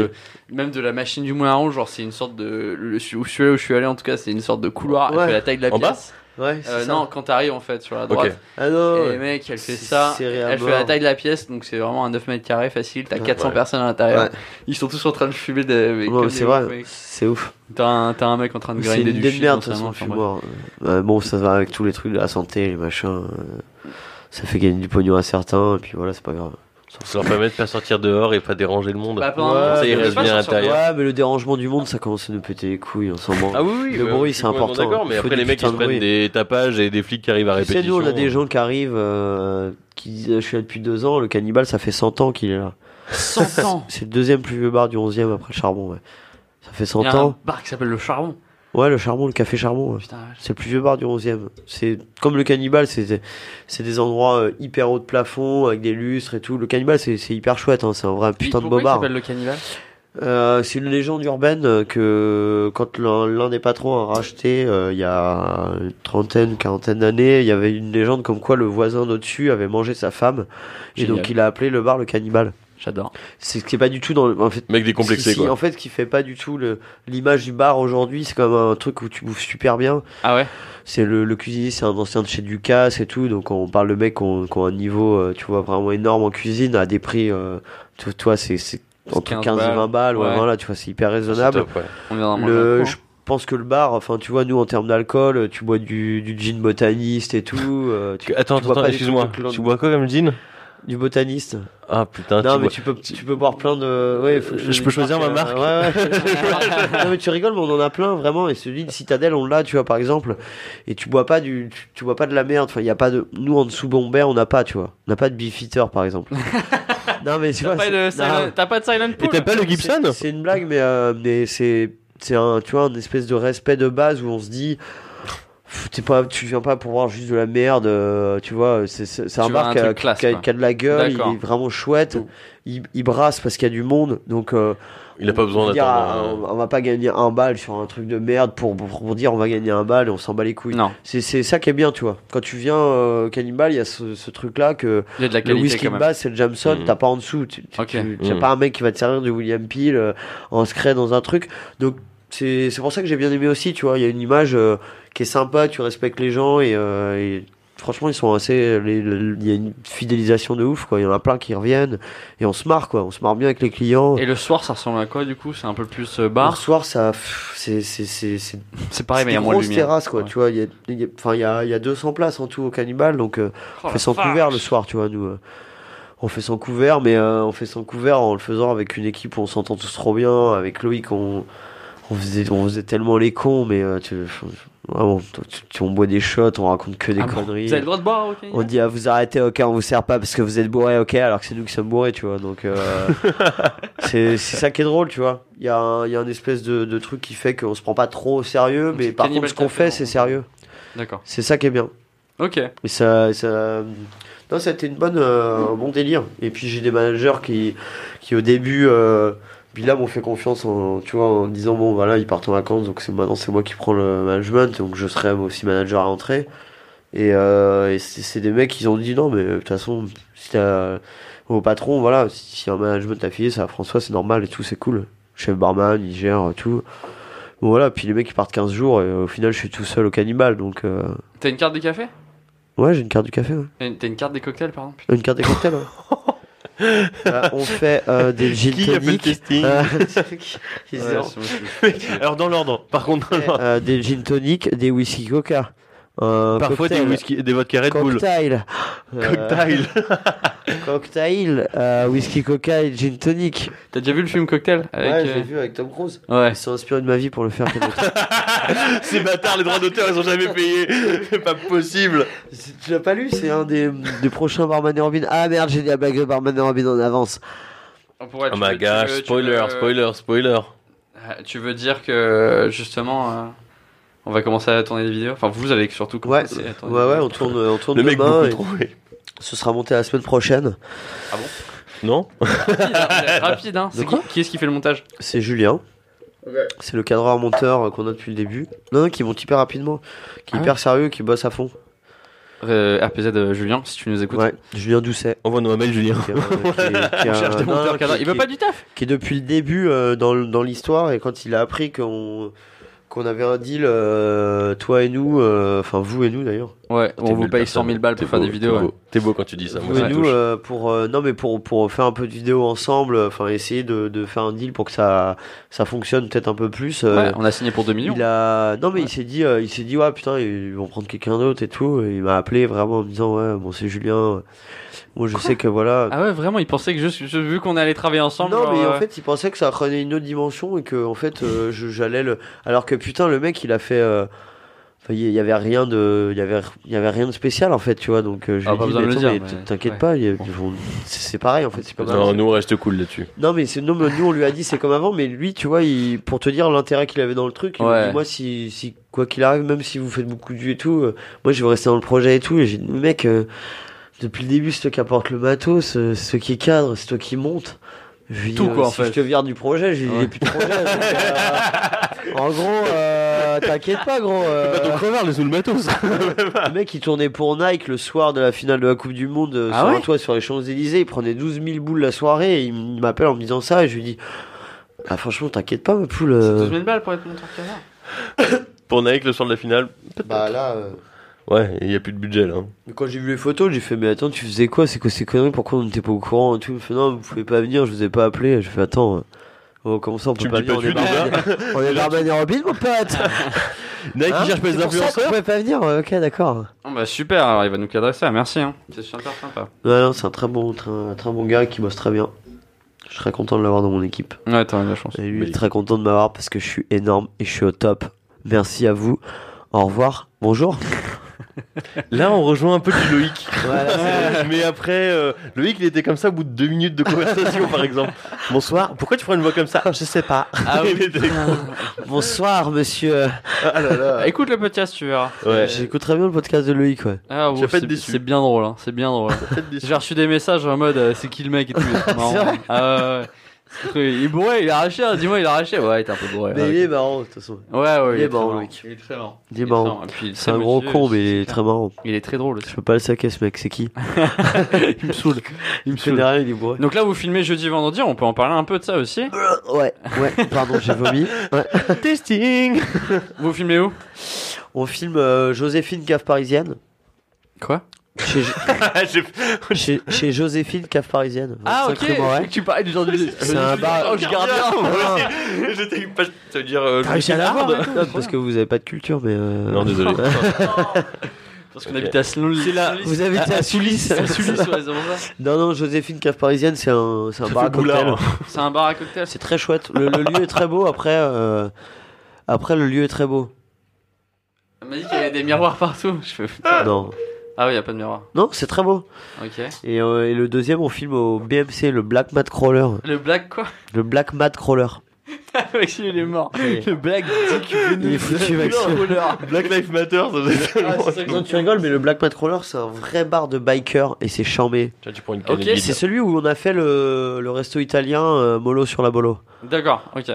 même de la machine du Moulin Rouge. Genre, c'est une sorte de. Le, où, je suis, allé- où je suis allé en tout cas, c'est une sorte de couloir. Elle
Ouais.
fait la taille de la
En bas
pièce.
Ouais, c'est
Euh,
ça.
non, quand t'arrives en fait sur la
Ok.
droite.
Ah non,
Et
ouais.
les mecs, elle fait
C'est
ça.
serré à
Elle fait
mort.
la taille de la pièce, donc c'est vraiment un 9 mètres carrés facile. T'as
Ouais.
400
Ouais.
personnes à l'intérieur.
Ouais.
Ils sont tous en train de fumer. Des, mais
Ouais,
comme
c'est
des ouf,
vrai,
mec.
c'est ouf.
T'as un, t'as un mec en train de
C'est
grinder
une
du
idée
shit
de merde, de toute
constamment,
façon, le
enfin, bref.
fumoir. Euh, bon, ça va avec tous les trucs de la santé, les machins. euh, Ça fait gagner du pognon à certains, et puis voilà, c'est pas grave.
Ça leur permet de pas sortir dehors et pas déranger le monde.
Bah, pendant un
Ouais,
moment,
ça, il
je
reste
passe
bien à
sur- sur-
l'intérieur.
Ouais, mais le dérangement du monde, ça commence à nous péter les couilles, on s'en branle.
Ah oui, oui,
Le
bah,
bruit,
je suis
c'est
complètement
important.
D'accord,
Il
mais
faut
après
du
les mecs ils
putain
se
de
prennent
bruit.
des tapages et des flics qui arrivent à
Tu sais,
Ah répétition.
nous, on a des gens qui arrivent, euh, qui disent Je suis là depuis deux ans, le cannibale, ça fait 100 ans qu'il est là.
100 ans.
C'est le deuxième plus vieux bar du 11 e après le charbon, ouais. Ça fait
Il y
100
a un
ans.
bar qui s'appelle le Charbon.
Ouais, le charbon, le café charbon, ouais.
Putain, la vache.
C'est le plus vieux bar du 11 e C'est comme le cannibale, c'est c'est des endroits euh, hyper haut de plafond, avec des lustres et tout. Le cannibale, c'est c'est hyper chouette, hein. c'est un vrai putain de
Pourquoi
beau
il
bar.
s'appelle le cannibale
Euh, c'est une légende urbaine euh, que quand l'un l'un des patrons a racheté euh, il y a une trentaine, quarantaine d'années, il y avait une légende comme quoi le voisin d'au-dessus avait mangé sa femme et
Génial.
donc il a appelé le bar le cannibale.
J'adore.
C'est ce qui est pas du tout dans le... En fait,
Mec décomplexés
si- si,
quoi.
en fait, qui fait pas du tout le- l'image du bar aujourd'hui, c'est comme un truc où tu bouffes super bien.
Ah ouais
C'est le, le cuisinier, c'est un ancien de chez Ducasse et tout, donc on parle de mecs qui ont, qui ont un niveau, euh, tu vois, vraiment énorme en cuisine à des prix, euh, tu- toi, c'est c'est entre
15
15 et 20 balles, ouais,
ouais.
voilà, tu vois, c'est hyper
C'est
raisonnable.
top, ouais.
On est dans un
Le-
monde
je pense que le bar, enfin tu vois, nous en termes d'alcool, tu bois du, du gin botaniste et tout. euh, tu,
Attends,
tu bois
attends,
pas des
excuse-moi.
trucs lent-
Tu bois quoi comme jean
Du botaniste.
Ah putain,
non,
tu
mais
bois.
tu peux, tu peux boire plein de. Ouais, faut que
Je peux choisir ma marque
euh, ouais, ouais. non, mais tu rigoles, mais on en a plein vraiment. Et celui de Citadel, on l'a, tu vois, par exemple. Et tu bois pas du, tu, tu bois pas de la merde. Enfin, il y a pas de. Nous en dessous Bombay, on n'a pas, tu vois. On n'a pas de Beefeater, par exemple. non, mais tu vois.
T'as pas,
c'est-
de
non.
silent- t'as pas de Silent
Et
Pool
t'as pas le Gibson
C'est une blague, mais, euh, mais c'est c'est un tu vois un espèce de respect de base où on se dit. Pff, T'es pas, tu viens pas pour voir juste de la merde, euh, tu vois. C'est c'est- c'est un
Tu veux un
bar qui a,
truc classe,
qui a-
quoi.
qui a de la gueule, il
D'accord.
est vraiment chouette, il, il brasse parce qu'il y a du monde, donc euh,
Il a pas besoin
dire,
d'attendre. euh,
ah, on, on va pas gagner un bal sur un truc de merde pour, pour, pour dire on va gagner un bal et on s'en bat les
Mm.
couilles.
Non,
C'est c'est ça qui est bien, tu vois. Quand tu viens euh, Cannibal, il y a ce, ce truc là que
il y a de la
le
qualité
whisky
quand
de
même.
base, c'est le Jameson,
Mhm.
t'as pas en dessous. Tu, tu,
Ok.
tu- t'as
Mhm.
pas un mec qui va te servir du William Peel euh, en secret dans un truc. Donc, c'est c'est pour ça que j'ai bien aimé aussi, tu vois. Il y a une image euh, qui est sympa, tu respectes les gens et, euh, et franchement, ils sont assez. les- le- Il y a une fidélisation de ouf, quoi. Il y en a plein qui reviennent et on se marre, quoi. On se marre bien avec les clients.
Et le soir, ça ressemble à quoi du coup C'est un peu plus euh,
Le
bar
soir, ça, pff, c'est c'est c'est c'est
C'est pareil,
c'est
mais il
des
y a moins de
grosses
lumière.
terrasses, quoi.
Ouais.
Tu vois, il y a, il y a- enfin, il y a, il y a 200 places en tout au Cannibal, donc euh,
Oh,
on
la
fait sans
vache.
couvert le soir, tu vois, nous. euh, on fait sans couvert, mais euh, on fait sans couvert en le faisant avec une équipe où on s'entend tous trop bien. Avec Loïc, on, on, faisait, on faisait tellement les cons, mais euh, tu, vraiment, tu- tu- tu- on boit des shots, on raconte que des
Ah bon
conneries.
Vous avez le droit de boire, ok
on dit ah, vous arrêtez, ok, on vous sert pas parce que vous êtes bourré, ok, alors que c'est nous qui sommes bourrés, tu vois. Donc euh, c'est c'est ça qui est drôle, tu vois. Il y a un, il y a un espèce de, de truc qui fait qu'on se prend pas trop au sérieux,
Donc
mais
c'est
par
Cannibal
contre ce qu'on
Café, en
fait c'est
fait.
sérieux.
D'accord.
C'est ça qui est bien.
Ok.
Et ça, ça... Non, ça a été une bonne, euh, un bon délire. Et puis j'ai des managers qui, qui au début, euh, puis là, m'ont fait confiance en, tu vois, en disant bon, voilà, ils partent en vacances, donc c'est maintenant c'est moi qui prends le management, donc je serai aussi manager à l'entrée. Et, euh, et c'est c'est des mecs qui ont dit non, mais de toute façon, si t'as au patron, voilà, si, si un management affilié, c'est à François, c'est normal et tout, c'est cool. Chef barman, il gère tout. Bon, voilà, puis les mecs ils partent 15 jours et euh, au final, je suis tout seul au cannibal, donc euh,
T'as une carte des cafés Euh,
ouais, j'ai une carte du café. ouais.
T'as une t'as une carte des cocktails, pardon putain.
Une carte des cocktails, ouais. Euh, on fait euh, des gin
Qui a fait le
tonic.
testing
Euh, qui
Ouais,
se vend.
c'est moi, je-
Alors dans l'ordre, par contre, dans l'ordre.
Euh, des gin tonic, des whisky coca. Euh, Un
parfois des
cocktail.
whisky, des vodka Red Bull.
Cocktail. Euh,
Cocktail.
cocktail, euh, whisky coca et gin tonic.
T'as déjà vu le film Cocktail avec,
ouais,
euh,
j'ai vu avec Tom Cruise.
ouais.
Ils sont inspirés de ma vie pour le faire. Kenneth.
Ces bâtards, les droits d'auteur, ils ont jamais payé. C'est pas possible.
C'est- tu l'as pas lu C'est un des, des prochains Barman et Robin. Ah merde, j'ai dit la blague de Barman et Robin en avance.
On pourrait-
Oh
Ah, tu
my
veux- tu
gosh,
veux- tu
spoiler,
veux-
spoiler, spoiler.
Euh, Tu veux dire que justement, euh, on va commencer à tourner des vidéos Enfin, vous allez surtout
Ouais,
commencer à
ouais,
tourner. des
ouais,
vidéos.
on tourne, on tourne
Le mec
demain.
beaucoup
et
trop. oui.
ce sera monté la semaine prochaine.
Non
Rapide, hein, vous êtes rapide, hein. C'est qui,
quoi
qui est-ce qui fait le montage
C'est Julien.
Ok.
C'est le cadreur monteur euh, qu'on a depuis le début. Non, non, qui monte hyper rapidement, qui est
Ah
hyper sérieux, qui bosse à fond.
euh, RPZ euh, Julien, si tu nous écoutes.
Ouais, Julien Doucet.
Envoie-nous un mail, Julien.
qui est un- qui est- qui est
On cherche
un-
des
non,
monteurs
qui-
cadres. Il veut
qui-
pas du taf
qui est depuis le début euh, dans, le- dans l'histoire et quand il a appris qu'on qu'on avait un deal, euh, toi et nous, euh, enfin vous et nous d'ailleurs,
Ouais, on
T'es
vous
belle
paye
personne.
100 000 balles
T'es
pour faire
beau,
des vidéos.
t'es
ouais.
beau. T'es beau quand tu dis ça. Moi,
vous
ça
et
me
nous
touche.
euh, pour euh, non mais pour pour faire un peu de vidéos ensemble, euh, enfin essayer de, de faire un deal pour que ça ça fonctionne peut-être un peu plus. euh,
Ouais, on a signé pour 2 millions.
Il a non mais
Ouais.
il s'est dit euh, il s'est dit ouais putain ils vont prendre quelqu'un d'autre et tout et il m'a appelé vraiment en me disant ouais bon c'est Julien moi je sais que voilà
Ah ouais, vraiment, il pensait que juste, juste vu qu'on allait travailler ensemble.
non
genre,
mais en
euh,
fait il pensait que ça prenait une autre dimension et que en fait euh, je- j'allais le alors que putain le mec il a fait euh, enfin, il y avait rien de il y avait il y avait rien de spécial en fait tu vois donc euh, je
Ah,
lui ai
pas
dit,
besoin de
mais
le
attends,
dire,
mais
mais-
t'inquiète
ouais.
pas il y a-
Bon.
ils vont- c'est c'est pareil en fait c'est pas mal
Non, nous, on reste cool là-dessus.
Non mais c'est non mais nous on lui a dit c'est comme avant mais lui tu vois il pour te dire l'intérêt qu'il avait dans le truc il m'a
Ouais.
dit, moi si si quoi qu'il arrive même si vous faites beaucoup de vues et tout euh, moi je vais rester dans le projet et tout et j'ai dit mec euh, depuis le début c'est toi qui apporte le matos euh, c'est toi qui cadre c'est toi qui monte je lui ai dit,
Tout,
euh,
quoi, en
si
fait.
je te vire du projet j'ai dit,
Ouais.
j'ai plus de projet donc, euh, en gros euh, t'inquiète pas gros euh,
crevard, laisse-nous le matos.
le mec il tournait pour Nike le soir de la finale de la Coupe du Monde euh,
Ah
sur un
ouais
toit sur les Champs-Élysées. Il prenait 12 000 boules la soirée et il m- il m'appelle en me disant ça et je lui dis Ah franchement, t'inquiète pas, ma poule.
c'est
euh,
12 000 balles pour être monteur cadre.
Pour Nike, le soir de la finale.
Bah là. euh,
Ouais, il n'y a plus de budget là.
mais Quand j'ai vu les photos, j'ai fait Mais attends, tu faisais quoi C'est quoi ces conneries Pourquoi on n'était pas au courant et tout Il me fait Non, vous pouvez pas venir, je vous ai pas appelé. Je fais Attends, euh, oh, comment ça on peut
Tu me
pas
dis pas
venir On est
tu déjà
barman on est barman et Robin, mon pote
Nike,
Hein
il cherche pas
C'est
des
pour ça qu'on
influenceurs
pouvait pas venir Ouais, Ok, d'accord.
Oh bah super, alors il va nous cadrer ça, merci. Hein. C'est super sympa.
Ouais, non, c'est un très bon, très, très bon gars qui bosse très bien. Je serais content de l'avoir dans mon équipe.
Ouais, t'as eu de la chance.
Et lui,
Mais-
il est très content de m'avoir parce que je suis énorme et je suis au top. Merci à vous. Au revoir. Bonjour.
Là, on rejoint un peu du Loïc.
Voilà,
Mais après, euh, Loïc, il était comme ça au bout de deux minutes de conversation, par exemple. Bonsoir. Pourquoi tu prends une voix comme ça Je sais pas.
Ah oui.
Il était-
Bonsoir, monsieur.
Ah là là.
Euh, Écoute le podcast, tu verras.
Ouais.
J'écouterai bien le podcast de Loïc, ouais.
Ah,
Je
ouais,
vais pas être
c'est-
déçu.
c'est bien drôle, hein, c'est bien drôle. J'ai reçu des messages en mode euh, c'est qui le mec et tout. mais C'est marrant.
C'est vrai
Ah ouais, ouais. Il est bourré, il a arraché, hein, dis-moi, il a arraché. Ouais, il était un peu bourré.
Mais il
ouais,
est marrant, de toute façon.
ok. ouais, ouais,
il est marrant,
très
mec.
Il est très marrant.
Il est
Il est
marrant.
marrant. Et puis,
C'est
le
un gros
monsieur,
con, mais il est
super.
très marrant.
Il est très drôle aussi.
Je peux pas le saquer, ce mec, c'est qui
il me saoule. Il me
Je
saoule.
rien, il est bourré.
Donc là, vous filmez jeudi, vendredi, on peut en parler un peu de ça aussi.
Ouais, ouais, pardon, j'ai vomi. Ouais.
Testing
Vous filmez où
On filme euh, Joséphine, cave parisienne.
Quoi
Chez,
Ah,
chez, chez Joséphine, cave parisienne.
Ah,
25
ok.
rue Moret.
Tu parlais du genre de.
C'est un bar.
Oh, je garde bien.
J'étais une page. Ça veut dire. euh,
T'as réussi à
Ah,
l'avoir
Harvard.
Non, parce que vous avez pas de culture, mais. euh,
Non, désolé.
Parce qu'on habite à Slowly. C'est là.
Vous avez été à Soulis Non, non, Joséphine Cave Parisienne, c'est un, c'est un bar à cocktail.
C'est un bar à cocktail.
C'est très chouette. Le, le lieu est très beau. Après, euh, après le lieu est très beau.
On m'a dit qu'il y avait des miroirs partout. Je fais, putain.
Non,
Ah oui, il n'y a pas de miroir.
non, c'est très beau.
Ok.
Et, euh, et le deuxième, on filme au BMC, le Black Mat Crawler.
Le black quoi
Le Black Mat Crawler.
Maxime, il est mort.
Oui.
Le black dick
Il est foutu, Maxime.
Black Lives Matter, ça faisait
Ah,
tellement-
Non, tu rigoles, mais le Black Mat Crawler, c'est un vrai bar de biker et c'est chambé.
Tiens, tu prends une
Ok,
canne et
C'est
bite.
celui où on a fait le, le resto italien euh, Molo sur la Bolo.
D'accord, ok.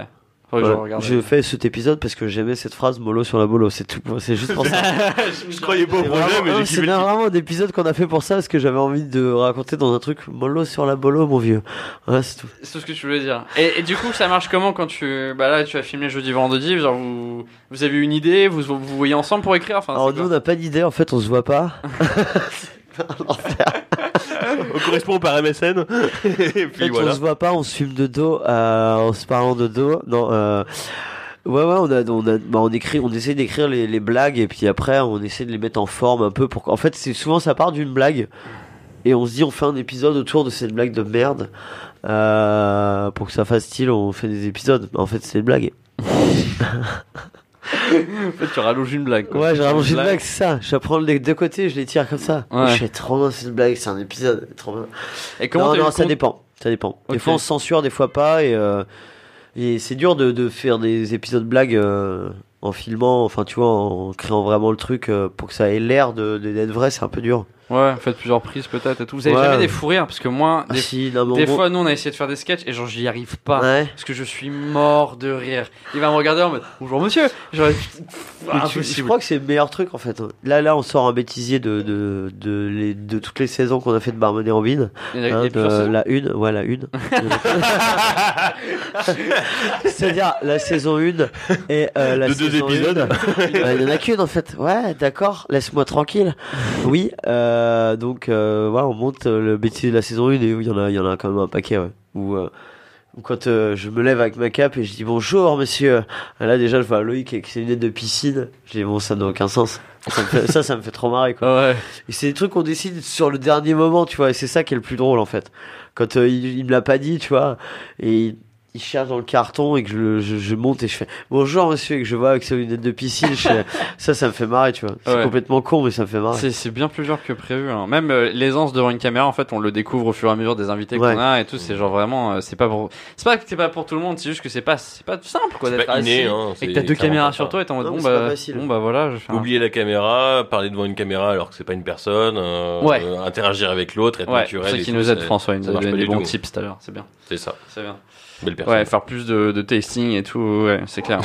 Faudrait que je
Voilà.
regarde.
Je fais cet épisode parce que j'aimais cette phrase Molo sur la Bolo. C'est tout. C'est juste pour ça.
Je croyais pas au
C'est
projet,
vraiment-
mais
non,
j'ai
C'est
kiffé le
vraiment un épisode qu'on a fait pour ça parce que j'avais envie de raconter dans un truc mollo sur la bolo, mon vieux. Voilà, c'est tout.
C'est ce que je voulais dire. Et, et du coup, ça marche comment quand tu. Bah là, tu as filmé jeudi, vendredi. Genre, vous, vous avez une idée, vous vous voyez ensemble pour écrire. Enfin,
Alors
Ah, c'est
nous, on n'a pas d'idée, en fait, on se voit pas.
On correspond par MSN. et
En
puis
fait, on
voilà.
se voit pas, on se filme de dos, euh, en se parlant de dos. Non, euh, ouais, ouais, on a, on a, bah, on écrit, on essaie d'écrire les, les blagues et puis après, on essaie de les mettre en forme un peu pour. qu'en- En fait, c'est souvent ça part d'une blague et on se dit on fait un épisode autour de cette blague de merde euh, pour que ça fasse style. On fait des épisodes. En fait, c'est une blague.
quoi. En fait, tu rallonges une blague. Quoi.
Ouais, j'ai rallongé une
Blague.
blague, c'est ça. Je la prends les deux côtés, je les tire comme ça.
Ouais.
Je fais trop bien cette blague, c'est un épisode. elle est Trop bien.
Et comment
non,
t'as eu
non,
le
ça
compte-
dépend. Ça dépend. Des
Ok.
fois on se censure, des fois pas. Et, euh, et c'est dur de, de faire des épisodes blagues euh, en filmant, enfin tu vois, en créant vraiment le truc euh, pour que ça ait l'air de, de- d'être vrai, c'est un peu dur.
Ouais, faites plusieurs prises peut-être et tout. Vous avez
Ouais.
jamais des fous rires Parce que moi,
Ah,
des,
si, non, mais en
des
gros-
fois, nous, on a essayé de faire des sketchs et genre, j'y arrive pas.
Ouais.
Parce que je suis mort de rire. Il va me regarder en mode Bonjour monsieur Genre,
Ah, Mais tu- je
Impossible.
crois que c'est le meilleur truc en fait. hein. Là, là, on sort un bêtisier de, de, de, les- de toutes les saisons qu'on a fait de Barman et Robin.
Il y a- il y a
Hein,
plusieurs
de-
saisons.
la une, ouais, la une. C'est-à-dire la saison 1 et euh, la
De deux
saison une.
épisodes.
Euh, Il y en a qu'une en fait. Ouais, d'accord, laisse-moi tranquille. Oui, euh, donc euh, voilà, on monte euh, le bêtisier de la saison 1 et oui, il y, en a- il y en a quand même un paquet, ouais. Où, euh, où quand euh, je me lève avec ma cape et je dis bonjour monsieur, là déjà je vois Loïc avec ses lunettes de piscine, je dis bon ça n'a aucun sens. Ça, me fait- ça, ça me fait trop marrer quoi.
Ouais.
Et c'est des trucs qu'on décide sur le dernier moment, tu vois, et c'est ça qui est le plus drôle en fait. Quand euh, il, il me l'a pas dit, tu vois, et il, il cherche dans le carton et que je, le- je, je monte et je fais bonjour monsieur, et que je vois avec ses lunettes de piscine, je fais- ça, ça me fait marrer, tu vois. C'est
Ouais.
complètement con, mais ça me fait marrer.
C'est, c'est bien plus dur que prévu. hein. Même euh, l'aisance devant une caméra, en fait, on le découvre au fur et à mesure des invités
Ouais.
qu'on a et tout. C'est genre vraiment, euh, c'est pas pour, c'est pas que c'est pas pour tout le monde. C'est juste que c'est pas, c'est pas simple quoi
C'est
d'être
pas inné,
assis
hein,
et que
c'est
t'as deux
clairement
caméras
pas
sur
ça.
toi et t'es en mode
Non,
bon
mais c'est
bah,
pas facile.
bon bah voilà, je fais. un-
Oublier la caméra, parler devant une caméra alors que c'est pas une personne, euh,
Ouais.
euh, interagir avec l'autre, être
Ouais, c'est
naturel.
ça
et
qui
tout,
nous aide,
c'est-
François. Il nous
ça
a
marche
donné
pas
des
du
bons
tout.
tips tout à l'heure. C'est bien,
C'est ça,
c'est bien.
belle personne.
Ouais, faire plus de, de testing et tout. Ouais, c'est clair.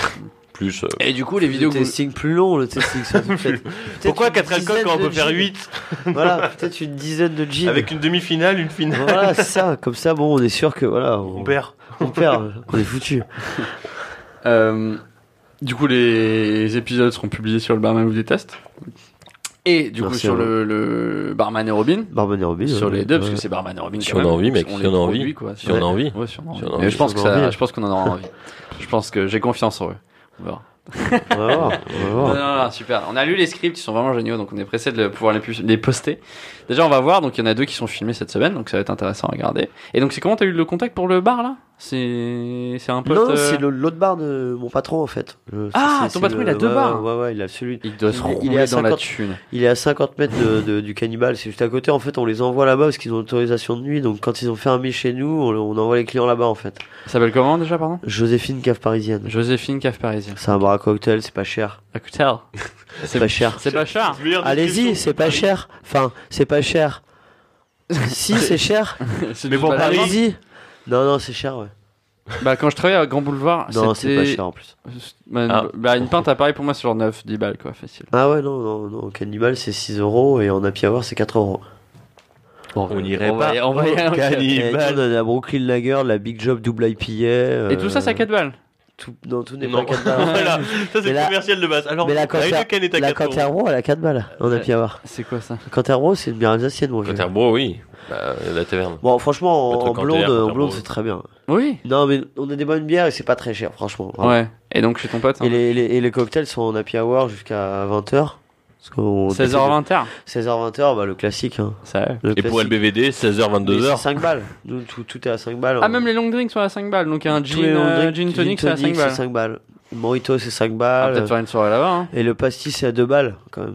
Plus. euh,
et du coup, les vidéos.
le
que vous-
testing plus long, le testing. ça fait peut-être-
Pourquoi
peut-être
4
une
alcools quand on
dizaine
peut
de
faire
jeans.
8
Voilà, peut-être une dizaine de jeans.
Avec une demi-finale, une finale.
Voilà, c'est ça, comme ça, bon, on est sûr que voilà, on,
On perd.
on perd, on est foutu.
Euh, du coup, les épisodes seront publiés sur le Barman vous déteste. Et du coup,
Merci
sur
à vous.
le, le Barman et Robin.
Barman et Robin.
Sur
ouais,
les deux, parce
ouais.
que c'est Barman et Robin.
Si
quand
on a
même.
envie, mec,
On
si
les
on a envie.
produit, quoi.
Si on a envie.
Ouais, si on a envie.
Si on a
Mais
envie,
je pense
si
que
on a
ça,
envie.
je pense qu'on en aura envie. Je pense que j'ai confiance en eux. On verra.
On va voir, on va voir.
Non, non, non, super. On a lu les scripts, ils sont vraiment géniaux, donc on est pressé de le- pouvoir les, pu- les poster. Déjà, on va voir, donc il y en a deux qui sont filmés cette semaine, donc ça va être intéressant à regarder. Et donc, c'est comment t'as eu le contact pour le bar là C'est c'est un pote.
Non,
euh,
c'est le- l'autre bar de mon patron en fait. Le-
Ah,
c'est-
ton
c'est
patron,
le-
il a deux
ouais,
bars.
Ouais, ouais, il a celui.
euh, Il doit se
il est- il est
rouler
à
dans la
50.
thune.
Il est à 50 mètres de, de- du cannibale, c'est juste à côté. En fait, on les envoie là-bas parce qu'ils ont l'autorisation de nuit. Donc, quand ils ont fermé chez nous, on, on envoie les clients là-bas en fait.
Ça s'appelle comment déjà, pardon
Joséphine Cave Parisienne.
Joséphine Cave Parisienne.
C'est un bar à cocktail, c'est pas cher.
À cocktail.
C'est pas cher.
C'est pas
Ah.
cher.
Allez-y, c'est pas cher. Enfin, c'est pas cher. si, c'est cher.
C'est
Mais
tout
pour
pas la
Paris.
vente.
Allez-y. Non, non, c'est cher, ouais.
Bah, quand je travaillais à Grand Boulevard,
Non, c'est pas
c'était.
cher en plus.
Bah,
Ah.
bah, une pinte à Paris pour moi, c'est genre 9, 10 balles, quoi, facile.
Ah ouais, non, non, non. Cannibal, c'est 6 euros et en Happy Hour, c'est 4 euros.
On irait
on
pas.
Va y, on va y aller.
Et Eh, on a
Cannibal.
la Brooklyn Lager, la Big Job double IPA. euh,
Et tout ça, ça 4 balles.
tout- Non, tout n'est pas
Non,
4 balles.
voilà, ça
Mais
c'est
la-
commercial de base. Alors,
Mais la
avec
Quater-
le canne est à
La
4 euros.
Canterbro, elle a 4 balles en Happy Hour.
C'est quoi ça
Canterbro, c'est une bière alsacienne, mon vieux.
Canterbro, oui. Bah, la taverne.
Bon, franchement, en,
Votre
en blonde,
Canterbro.
en blonde, c'est très bien.
Oui.
Non, mais on a des bonnes bières et c'est pas très cher, franchement. Vraiment.
Ouais. Et donc, chez ton pote, hein.
Et les, les- et les cocktails sont en happy hour jusqu'à 20h.
16h20.
16h-20h, bah, le classique. Hein.
Ça
Le
Et pour
classique.
LBVD, 16h,
Mais
22h.
c'est 5 balles. Nous, tout, tout est à 5 balles.
Ah, même les long drinks sont à 5 balles. Donc, un
Tous
gin,
les
euh,
Londres,
gin tonic, c'est à 5 balles.
c'est 5 balles. Morito, c'est 5
On va
balles.
peut-être faire une soirée là-bas. hein.
et le pastis, c'est à 2 balles, quand même.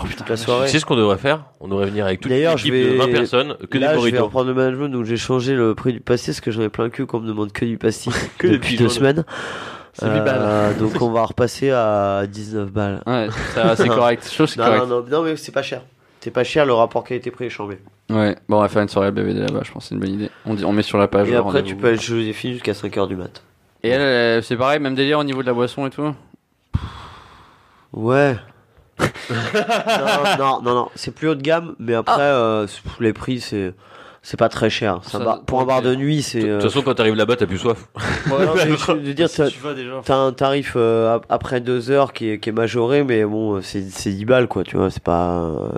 Oh putain.
La soirée.
Tu sais ce qu'on devrait faire On devrait venir avec toute une
D'ailleurs, je
équipe de
vais-
20 personnes, que
Là,
des
je vais
burritos.
reprendre le management, donc j'ai changé le prix du pastis, parce que j'en ai plein le cul qu'on me demande que du pastis
Que des petits
depuis deux
jaunes.
semaines. Euh,
C'est huit balles.
donc on va repasser à 19 balles.
Ouais, ça va, c'est correct. Je trouve que c'est
Non, non,
correct.
non, non, mais c'est pas cher. C'est pas cher, le rapport qualité-prix est chambé.
Ouais, bon, on va faire une soirée BVD là-bas, je pense, c'est une bonne idée. On, dit, on met sur la page.
Et
le
après, tu
rendez-vous.
peux aller chez Joséphine jusqu'à 5h du mat.
Et elle, euh, c'est pareil, même délire au niveau de la boisson et tout.
Ouais. non, non, non, non. c'est plus haut de gamme, mais après,
Ah.
euh, c'est- pff, les prix, c'est. C'est pas très cher. C'est un
Ça-
bar- pour un bar de nuit,
De
c'est.
toute
euh,
façon, quand t'arrives là-bas, t'as plus soif.
ouais, non, mais je veux dire, t'as-
vas déjà.
t'as un tarif euh, ap- après deux heures qui est, qui est majoré, mais bon, euh, c'est c'est 10 balles, quoi, tu vois. C'est pas. euh,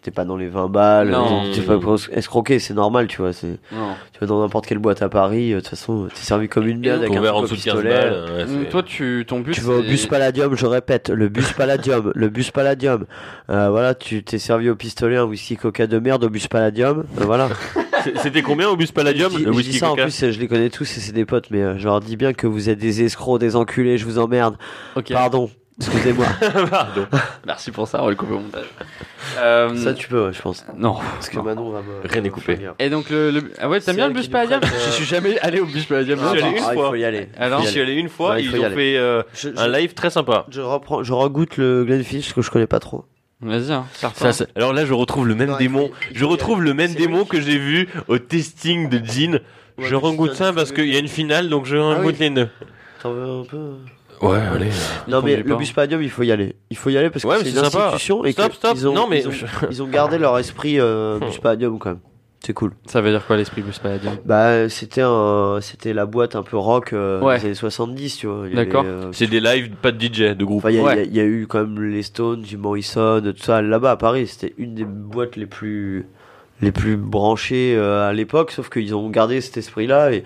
T'es pas dans les 20 balles,
Non.
euh, t'es pas escroqué, c'est normal, tu vois. c'est-
Non.
Tu vas dans n'importe quelle boîte à Paris, euh, de toute façon, t'es servi comme une merde avec
Ton
un
verre en
truc au
dessous de 15
pistolet. Mm.
balles. ouais, c'est-
Toi, tu, ton but.
Tu vas au
c'est-
bus Palladium, je répète, le bus Palladium, le bus Palladium. Euh, voilà, tu t'es servi au pistolet un whisky coca de merde au bus Palladium. euh, voilà.
C'est- C'était combien au bus Palladium
Je dis-
Le
je
whisky
dis ça en
coca
plus, euh, je les connais tous et c'est des potes, mais euh, je leur dis bien que vous êtes des escrocs, des enculés, je vous emmerde.
Ok.
Pardon, excusez-moi.
Pardon.
Merci pour ça, on va le couper au montage. Euh,
ça tu peux, ouais, je pense.
Non.
Parce que
Non.
Manon va me.
Rien n'est coupé.
Et donc, le. le- Ah ouais,
C'est
t'aimes bien
elle
le bus
qui nous
Palladium
prête, euh,
Je suis jamais allé au bus Palladium.
Je suis allé
Ah,
une
Ah, il
fois.
faut y aller.
Alors,
Faut
Je
y
suis
aller.
allé une fois,
Ouais, il
ils
faut y
ont
aller.
fait euh,
Je, je-
un live très sympa.
je reprends, je regoute le Glenfish que je connais pas trop.
Vas-y, hein, serre
Ça, c'est- Alors là, je retrouve le même
Non, il
démon.
faut- il faut
Je
y
retrouve
aller.
le même
C'est
démon
logique.
que j'ai vu au testing de Jean.
Ouais,
Je
mais
regoute
tu
ça
donnes-
parce qu'il y a une finale, donc je regoute
Ah oui.
les deux.
T'en veux un peu
Ouais, allez.
Non mais le bus
bus.
Palladium, il faut y aller. Il faut y aller parce que
Ouais, mais
c'est une
c'est sympa.
institution et
Stop,
que
stop.
ils ont,
Non, mais
ils ont,
je-
ils ont gardé leur esprit euh, bus Palladium quand même. C'est cool.
Ça veut dire quoi l'esprit bus Palladium
Bah c'était un, c'était la boîte un peu rock euh,
Ouais.
des années 70, tu vois. Il y
D'accord.
avait, euh,
C'est des lives, pas de DJ, de groupe.
Enfin, il y, a-
Ouais.
il y a- il y a eu quand même les Stones, du Morrison, tout ça là-bas à Paris. C'était une des boîtes les plus les plus branchées euh, à l'époque, sauf qu'ils ont gardé cet esprit-là et,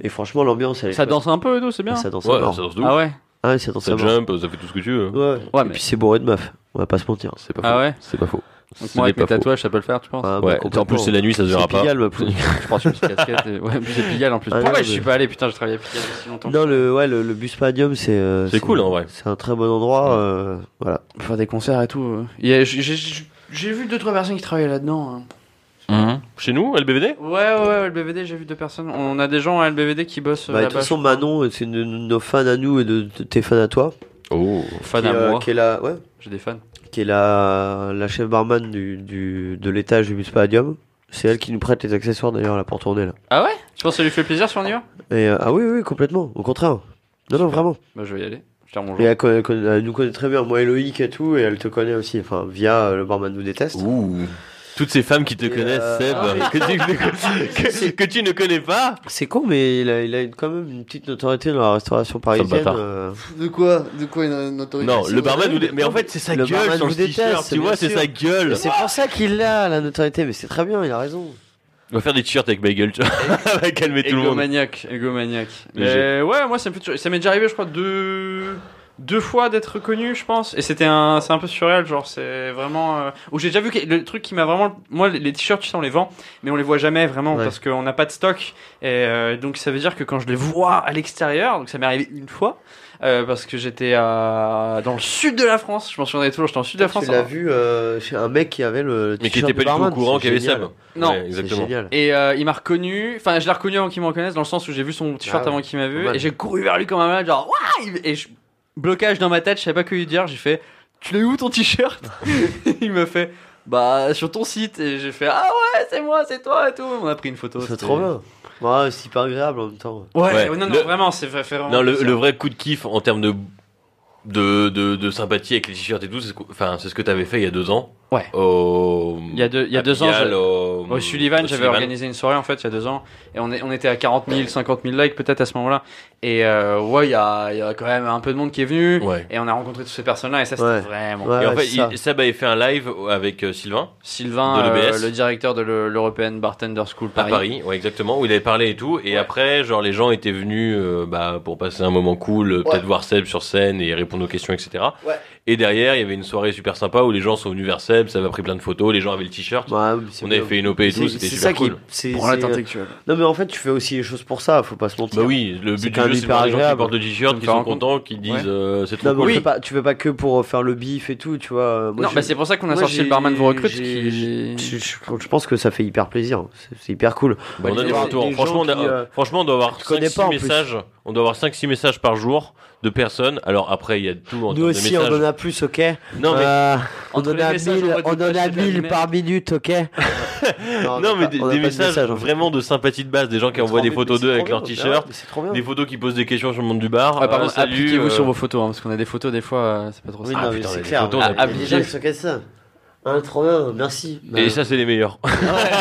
et franchement l'ambiance elle est
Ça
chouette.
danse un peu et tout, c'est bien.
Ah, ça danse à
Ouais,
mort.
ça danse de
Ah
ouf.
ouais
Ah ouais, ça danse à
Ça
mort.
jump, ça fait tout ce que tu veux.
Ouais.
Ouais,
Et
mais.
puis c'est bourré de meufs, on va pas se mentir.
C'est pas
Ah
faux.
ouais
C'est pas faux.
Donc,
Ce
moi,
n'est
avec
pas
mes
faux.
tatouages, ça peut le faire, tu penses
Ah, bah,
Ouais, en
complètement.
plus, c'est la nuit, ça se
C'est
verra pas.
Pigalle, ma poule.
Je pense que je suis casquette. et- Ouais, puis c'est Pigalle en plus.
Ah,
Pourquoi
ouais,
je suis
mais-
pas allé Putain, j'ai travaillé à Pigalle aussi longtemps.
Non, le, ouais, le, le bus Palladium, c'est. euh,
C'est cool, hein. en vrai.
C'est un très bon endroit. euh, voilà.
Pour faire des concerts et tout. euh. Il y a- j'ai- J'ai j'ai vu deux trois personnes qui travaillaient là-dedans. hein.
Chez nous, LBVD
Ouais, ouais, ouais, LBVD, j'ai vu deux personnes. On a des gens à LBVD qui bossent. euh,
Bah, de toute
là-bas,
façon,
je crois.
Manon, c'est une de nos fans à nous et de, de tes fans à toi.
Oh.
Fan
qui,
à
est, euh,
moi.
qui est la, ouais,
J'ai des fans.
qui est la, la chef barman du, du, de l'étage du bus Palladium. C'est elle qui nous prête les accessoires d'ailleurs là pour tourner là.
Ah ouais Tu penses que ça lui fait plaisir si on y va
Et, euh, ah oui, oui, complètement. Au contraire. Non, non, vraiment.
Bah, je vais y aller. Je te
Et
bonjour.
elle, conna- elle conna- elle nous connaît très bien, moi et Loïc et tout, et elle te connaît aussi, enfin via euh, le barman nous déteste.
Ouh. Toutes ces femmes qui te
Et,
connaissent,
euh,
Seb,
ah,
que, tu, que- que tu ne connais pas.
C'est con, mais il a, il a une- quand même une petite notoriété dans la restauration
le
parisienne.
bâtard.
euh,
De quoi De quoi une, une autorisation
Non, le barman nous dé- Mais en fait, c'est sa
Le
gueule
barman
sur
nous
le t-shirt,
déteste,
tu vois,
bien
c'est
sûr.
sa gueule.
C'est pour ça qu'il l'a, la notoriété, mais c'est très bien, il a raison.
On va faire des t-shirts avec ma gueule, tu vois. Ça va calmer tout le monde.
Égomaniaque, égomaniaque.
Léger.
Mais ouais, moi, ça me fait toujours- ça m'est déjà arrivé, je crois, deux. Deux fois d'être connu, je pense. Et c'était un, c'est un peu surréel, genre, c'est vraiment. euh, Où j'ai déjà vu que- le truc qui m'a vraiment. Moi, les les t-shirts, tu sais, on les vend, mais on les voit jamais vraiment
Ouais.
parce qu'on n'a pas de stock. Et euh, donc, ça veut dire que quand je les vois à l'extérieur, donc ça m'est arrivé une fois, euh, parce que j'étais à... dans le sud de la France, je m'en souviendrai toujours, j'étais en sud de la France. hein.
Tu l'as vu euh, chez un mec qui avait le. le
Mais qui
t-shirt
était pas
de
du tout au
barman,
courant
c'est
qu'il y avait
génial.
Seb.
Non.
Ouais,
C'est
exactement.
génial.
Et euh, il m'a reconnu, enfin je l'ai reconnu avant qu'il me reconnaisse, dans le sens où j'ai vu son t-shirt
Ah ouais,
avant qu'il m'a vu,
normal.
et j'ai couru vers lui comme un malade, genre Ouah Il- Et je- blocage dans ma tête, je savais pas que lui dire, j'ai fait Tu l'as eu où ton t-shirt Il me fait Bah sur ton site, et j'ai fait Ah ouais, c'est moi, c'est toi et tout, on a pris une photo.
Oh, C'est
c'était-
trop bien. Bah, Ouais, c'est hyper agréable en même temps.
Ouais,
Ouais.
non, non,
Le-
vraiment, c'est vrai- vraiment.
Non, le,
plaisir.
le vrai coup de kiff en termes de, de, de, de sympathie avec les t-shirts et tout, c'est ce que, enfin, c'est ce que t'avais fait il y a deux ans.
Ouais.
Au,
Il y a deux, il y a
à
deux ans,
Pigalle,
je-
au,
au Sullivan,
au
j'avais
Sullivan.
organisé une soirée en fait il y a deux ans et on, est, on était à 40 000, 50 000 likes peut-être à ce moment-là. Et euh, ouais, il y a, il y a quand même un peu de monde qui est venu
Ouais.
et on a rencontré toutes ces personnes-là et ça c'était
Ouais.
vraiment.
Ouais,
et en
ouais,
fait,
c'est ça.
il- Seb avait fait un live avec euh, Sylvain
Sylvain,
De l'EBS.
euh, le directeur de le- l'European Bartender School
à
Paris.
Paris, ouais, exactement, où il avait parlé et tout. Et
Ouais.
après, genre, les gens étaient venus euh, bah, pour passer un moment cool, euh, peut-être voir Seb sur scène et répondre aux questions, etc.
Ouais.
Et derrière, il y avait une soirée super sympa où les gens sont venus vers Seb, Seb a pris plein de photos, les gens avaient le t-shirt.
Ouais, mais c'est
On avait
bien.
fait une OP et tout,
C'est-
c'était
c'est
super
ça qui-
cool.
c'est-
euh,
Pour la
c'est-
intellectuelle.
Non, mais en fait, tu fais aussi les choses pour ça, faut pas se mentir.
Bah oui, le
C'est
but du
quand
jeu,
même
c'est
hyper
voir les gens qui
agréable.
portent le t-shirt,
me
qui
faire
sont
rencontre-
contents, qui disent
Ouais.
euh, c'est
Non, mais on
trop cool.
fait pas, tu fais pas que pour faire le bif et tout, tu vois. Euh, Moi,
non,
je-
bah, c'est pour ça qu'on a
moi,
sorti
j'ai-
le barman vous recrute.
j'ai-
Qui...
je, je- je pense que ça fait hyper plaisir, c'est- c'est hyper cool.
Bah, on a
des
des
gens-
retours.
des
Franchement,
gens
on a-
qui, euh,
franchement, on dois avoir
te connais
5-6
pas, en plus.
messages. On doit avoir 5-6 messages par jour de personnes. Alors après, il y a tout
Nous
en termes de
aussi, on
messages.
en a plus, ok
Non, mais,
Euh, On
Entre
en
les
a
messages en
1000
mode
on en
de
a
passer la
1000
lumière.
par minute, ok
non,
Non, on a
mais
pas-
des,
on a pas
des
de
messages
message, en fait.
vraiment de sympathie de base, des gens qui envoient des photos d'eux avec leur t-shirt,
Ah C'est trop bien.
des photos qui posent des questions sur le monde du bar.
Ouais, par
Euh,
contre,
salut,
appliquez-vous
euh,
sur vos photos hein, parce qu'on a des photos des fois, euh, c'est pas trop
Oui,
ça.
Ah,
non, mais
putain,
c'est
les
clair.
photos, on a
plus
Ah, Il y a
de
des gens
pieds.
qui sont comme ça. Un, trop bien, merci. Bah,
Et ça, c'est les meilleurs.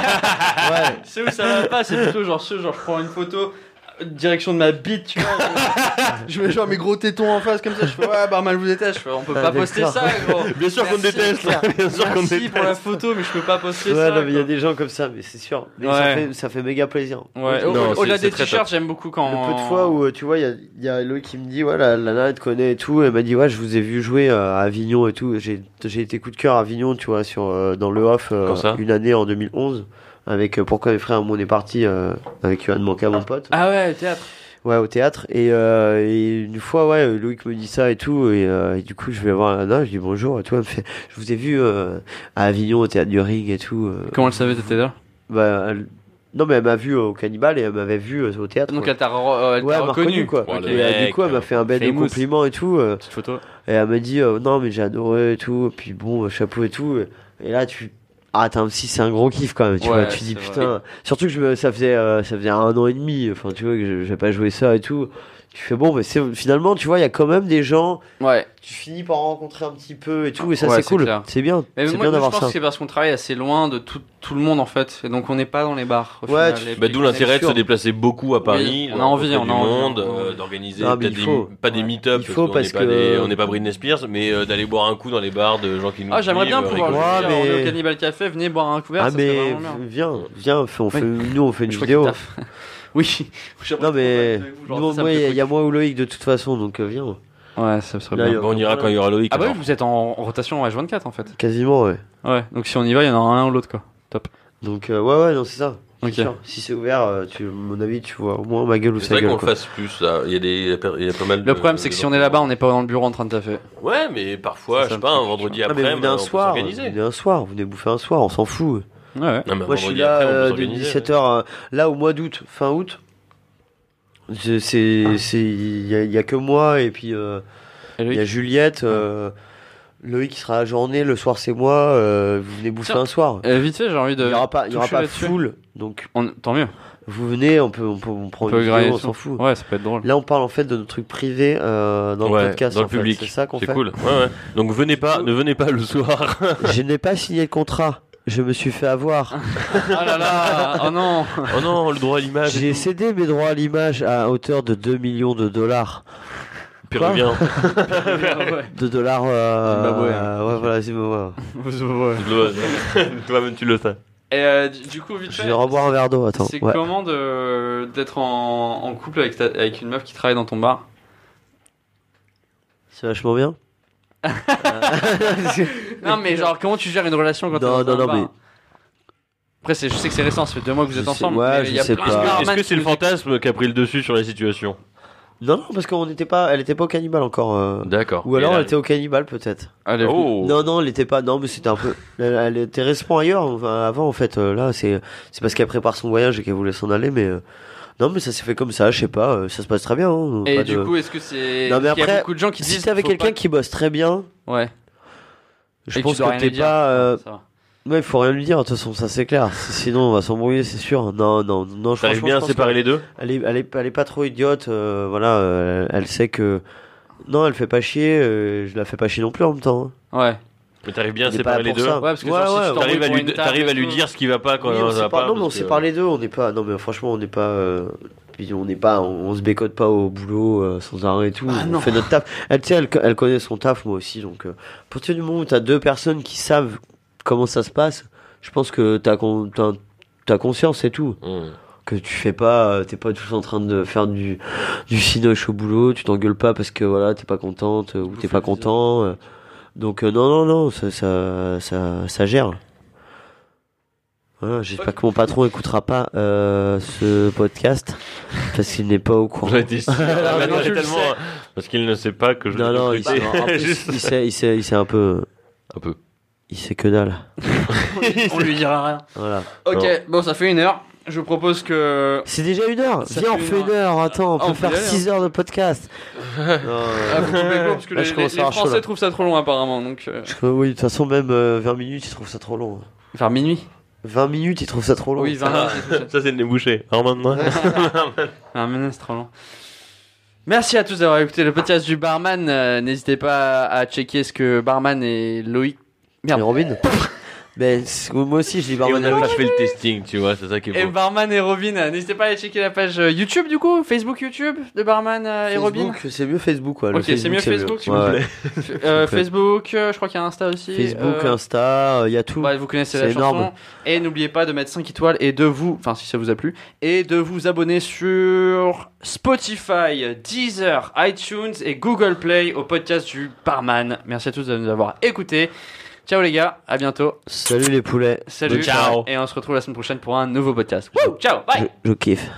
ouais.
C'est où ça va pas, c'est plutôt genre ce genre je prends une photo euh, direction de ma bite, tu vois. je mets genre mes gros tétons en face comme ça, je fais ouais, barman, je vous déteste, je fais on peut
Ah,
pas poster
d'accord.
ça, gros.
Bien sûr qu'on
Merci.
déteste. Bien sûr qu'on
Merci pour la
déteste.
photo, mais je peux pas poster
Ouais,
ça.
non, mais il y a
quoi.
des gens comme ça, mais c'est sûr. Mais
Ouais.
ça, fait, ça fait méga plaisir.
Ouais, au-
Non, c'est-
au-delà
c'est
des
très
t-shirts, j'aime beaucoup quand.
Le peu de fois où, euh, tu vois, il y a, il y a Eloï qui me dit, ouais, la, la nana elle te connaît et tout. Elle m'a dit, ouais, je vous ai vu jouer euh, à Avignon et tout. J'ai j'ai été coup de cœur à Avignon, tu vois, sur, euh, dans le off, euh,
Quand ça
une année en 2011. Avec euh, Pourquoi mes frères, on est parti euh, avec Johan Manca, mon pote.
Ah ouais, théâtre.
Ouais, au théâtre. Et, euh, et une fois, ouais, euh, Loïc me dit ça et tout. Et, euh, et du coup, je vais voir la nana, je dis bonjour et tout. Elle me fait, je vous ai vu euh, à Avignon, au théâtre du Ring et tout. euh.
Comment elle savait t'étais là
bah, elle- Non, mais elle m'a vu euh, au Cannibal et elle m'avait vu euh, au théâtre.
Donc
quoi.
elle t'a re- euh, elle
Ouais,
t'a
elle m'a reconnu quoi.
Ouais, le
et euh,
mec,
du coup, elle
euh,
m'a fait un bel de
famous.
compliment et tout. euh,
Petite photo.
et elle m'a dit euh, non, mais j'ai adoré et tout. Puis bon, euh, chapeau et tout. Et là, tu. Ah, t'as un psy, c'est un gros kiff quand même. Tu
Ouais,
vois, tu dis
c'est
putain. Surtout que je me- ça faisait euh, ça faisait un an et demi. Enfin, tu vois que je- j'ai pas joué ça et tout. Tu fais bon, mais c'est finalement, tu vois, il y a quand même des gens.
Ouais.
Tu finis par en rencontrer un petit peu et tout. Et ça,
Ouais,
c'est
c'est
cool.
clair.
C'est bien.
Mais
C'est
moi,
bien
je
d'avoir
pense
ça.
que c'est parce qu'on travaille assez loin de tout, tout le monde en fait, et donc on n'est pas dans les bars. au final.
Ouais, tu-
Et
Bah,
puis,
D'où
on est
l'intérêt de se
sûr.
déplacer beaucoup à Paris,
Oui, on a
de rencontrer
envie, on
du
a envie.
monde,
Ouais.
euh, d'organiser
Non, mais
peut-être
il
des
faut.
mi- pas des meet-up,
Il faut
parce qu'on
parce
n'est pas
que-
des- on n'est pas Britney Spears, mais euh, d'aller boire un coup dans les bars de gens qui nous
Ah, j'aimerais
suivent,
bien
euh,
pouvoir.
rigoler.
Ouais,
juste dire, On est
mais-
au Cannibal Café, venez boire un couvert.
Ah,
ça serait
mais
vraiment bien.
viens, viens, on fait, on fait-
Oui.
nous on fait une
Je crois qu'il
vidéo.
taffe. Oui. J'aimerais
Non,
qu'on
mais.
fasse avec vous, genre,
Nous,
ça, ça
moi,
me
il y a-
fait
il y a moi ou Loïc de toute façon, donc euh, viens.
truc. Ouais, ça serait
Là,
bien.
il y a-
Bon, on ira quand il y aura Loïc.
Ah bah oui,
alors.
vous êtes en, en rotation en H24 en fait.
Quasiment, ouais.
Ouais, donc si on y va, il y en aura un ou l'autre quoi.
Donc, euh, ouais, ouais, non, c'est ça.
Ok.
C'est sûr. Si c'est ouvert, euh, tu, à mon avis, tu vois au moins ma gueule ou
C'est
sa
vrai qu'on
gueule.
le
Quoi.
fasse plus. ça. Il y a des, il y a pas- il y a pas mal.
Le problème c'est que si on est là-bas, on n'est pas dans le bureau en train de taffer.
Ouais, mais
C'est
parfois,
ça,
je sais
le
pas, un
truc,
vendredi
Ah, mais
après,
vous venez
on
un
peut
soir, vous
s'organiser.
venez un soir, vous venez bouffer un soir, on s'en fout.
Ouais, ouais.
Non, mais un
Moi, je suis
vendredi
là
après, on peut
euh, de
s'organiser.
17h, là au mois d'août, fin août. C'est, c'est, c'est- il y, a- il y a que moi et puis euh,
Et
il
Loïc
y a Juliette, euh, Loïc qui sera à la journée, le soir c'est moi. euh, vous venez bouffer
Tiens.
un soir.
Euh, vite fait, j'ai envie de.
Il n'y aura pas, il y aura
toucher
pas
là-dessus.
full, donc
On- Tant mieux.
vous venez, on peut, on peut, on prend
On peut
une
grailler
vidéo, Oh, on
tout.
s'en fout.
Ouais, ça peut être drôle.
Là, on parle en fait de notre truc privé euh, dans
Ouais,
le podcast.
dans le
en fait.
public.
C'est ça qu'on
C'est
fait.
cool. Ouais, ouais. Donc venez pas, ne venez pas le soir.
Je n'ai pas signé le contrat. Je me suis fait avoir.
Ah là là Oh non
oh non, le droit à l'image.
J'ai cédé mes droits à l'image à hauteur de 2 millions de dollars.
Puis
quoi
reviens.
Ouais.
De dollars. euh,
Ah, bah
Zimbabwe,
hein.
euh, ouais, voilà, Zimbabwe.
Toi-même, tu le sais.
Et euh, du- du coup, vite
Je
fait.
vais reboire un verre d'eau, attends.
C'est
Ouais.
comment de- d'être en, en couple avec, ta- avec une meuf qui travaille dans ton bar
C'est vachement bien.
Non, mais genre, comment tu gères une relation quand t'es
Non,
dans
non,
un
non,
bar
mais-
Après, c'est- je sais que c'est récent, ça fait deux mois que vous
Je
êtes
sais-
ensemble.
ouais,
mais
je
il y a
sais
plein
pas.
de barman
Est-ce que
qui
c'est le
nous écoutent.
fantasme qui a pris le dessus sur la situation
Non, non, parce qu'on n'était pas. Elle était pas au cannibal encore. euh.
D'accord.
Ou alors, elle était au cannibal peut-être.
Allez, vous-
Oh
Non, non, elle était pas. Non, mais c'était un peu. Elle, elle était respond ailleurs enfin, avant en fait. euh, là, c'est c'est parce qu'elle prépare son voyage et qu'elle voulait s'en aller, mais euh, non, mais ça s'est fait comme ça. Je sais pas. euh, ça se passe très bien. hein,
Et
pas
du
de-
coup, est-ce que c'est.
Non, mais
il y a
après,
beaucoup de gens qui
si
disent.
t'es avec
faut pas
quelqu'un qui bosse très bien,
que- Ouais.
je
Et que
pense
tu dois
que
rien
t'es
lui dire.
pas. euh,
Ça va.
Ouais, faut rien lui dire, de toute façon, ça c'est clair. Si- Sinon, on va s'embrouiller, c'est sûr. Non, non, non, je franchement,
T'arrives
je
bien à
pense
séparer les deux
Elle est, elle est, elle est pas trop idiote, euh, voilà, euh, elle sait que. Non, elle fait pas chier, euh, je la fais pas chier non plus en même temps. hein.
Ouais.
Mais t'arrives bien à
On est pas là
séparer les
pour
deux
ça.
Ouais, parce que
Ouais,
genre, si
ouais,
tu t'en
T'arrives
vas
à
pour
lui,
une table
t'arrives à
et
lui
tout.
dire ce qui va pas quand
Oui, on
ça va
sait pas-
pas.
non, mais on
parce que-
sépare les deux, on n'est pas. Non, mais franchement, on n'est pas. euh, puis on n'est pas, on, on se bécote pas au boulot euh, sans arrêt et tout.
Ah,
on
non.
fait notre taf. Elle, tu sais, elle, co- elle connaît son taf, moi aussi. Donc, euh, à partir du moment où t'as deux personnes qui savent comment ça se passe, je pense que t'as con, t'as, t'as conscience et tout.
Mmh.
que tu fais pas, euh, t'es pas tous en train de faire du du cinoche au boulot, tu t'engueules pas parce que voilà t'es pas contente euh, ou t'es pas content. euh. donc euh, non non non ça ça ça, ça gère. Voilà, j'espère que mon patron écoutera pas euh, ce podcast parce qu'il n'est pas au courant.
J'aurais été sûr.
non,
Maintenant,
je
j'ai
le
tellement- euh,
sais.
Parce qu'il ne sait pas que je
Non
l'ai
non il
recruté.
sait, en plus,
Juste-
il sait il sait il sait un peu
Un peu.
il sait que dalle.
On lui dira rien.
Voilà.
Ok,
Non.
bon, ça fait une heure. Je vous propose que.
C'est déjà une heure.
Ça
Viens on
fait une
fait une heure. Attends on
Ah,
peut
on peut y
faire
aller,
6 heures de podcast. Non, euh,
Ah, vous coupez court, parce que
Là,
les,
je commence
les-
à avoir
les
chaud,
Français
là.
trouvent ça trop long apparemment. Donc, euh,
Je- oui, de toute façon, même euh, 20 minutes, ils trouvent ça trop long.
vers minuit.
20 minutes, ils trouvent ça trop long.
Oui, 20 minutes. c'est tout ça.
Ça, c'est le nez bouché. Alors maintenant.
Un menace trop long. Merci à tous d'avoir écouté le podcast du barman. Euh, N'hésitez pas à checker ce que barman et Loïc.
Et Robin Mais c'est- moi aussi, je dis
Et on
barman
n'a
avec-
pas fait le testing, tu vois, c'est ça qui est
Et
beau.
barman et Robin. Euh, N'hésitez pas à aller checker la page euh, YouTube du coup, Facebook YouTube de barman euh, et
Facebook,
Robin.
C'est mieux Facebook, ouais. le
Ok, c'est
Facebook,
mieux Facebook, s'il
Ouais,
vous
ouais.
F- euh, Facebook, euh, je crois qu'il y a Insta aussi.
Facebook,
euh,
Insta, il y a tout.
ouais, vous connaissez la
c'est
chanson.
énorme.
Et n'oubliez pas de mettre 5 étoiles et de vous, enfin si ça vous a plu, et de vous abonner sur Spotify, Deezer, iTunes et Google Play au podcast du Parman. Merci à tous de nous avoir écoutés. Ciao les gars, à bientôt.
Salut les poulets.
Salut.
Ciao.
Et on se retrouve la semaine prochaine pour un nouveau podcast. Wouh, ciao, bye.
Je- je kiffe.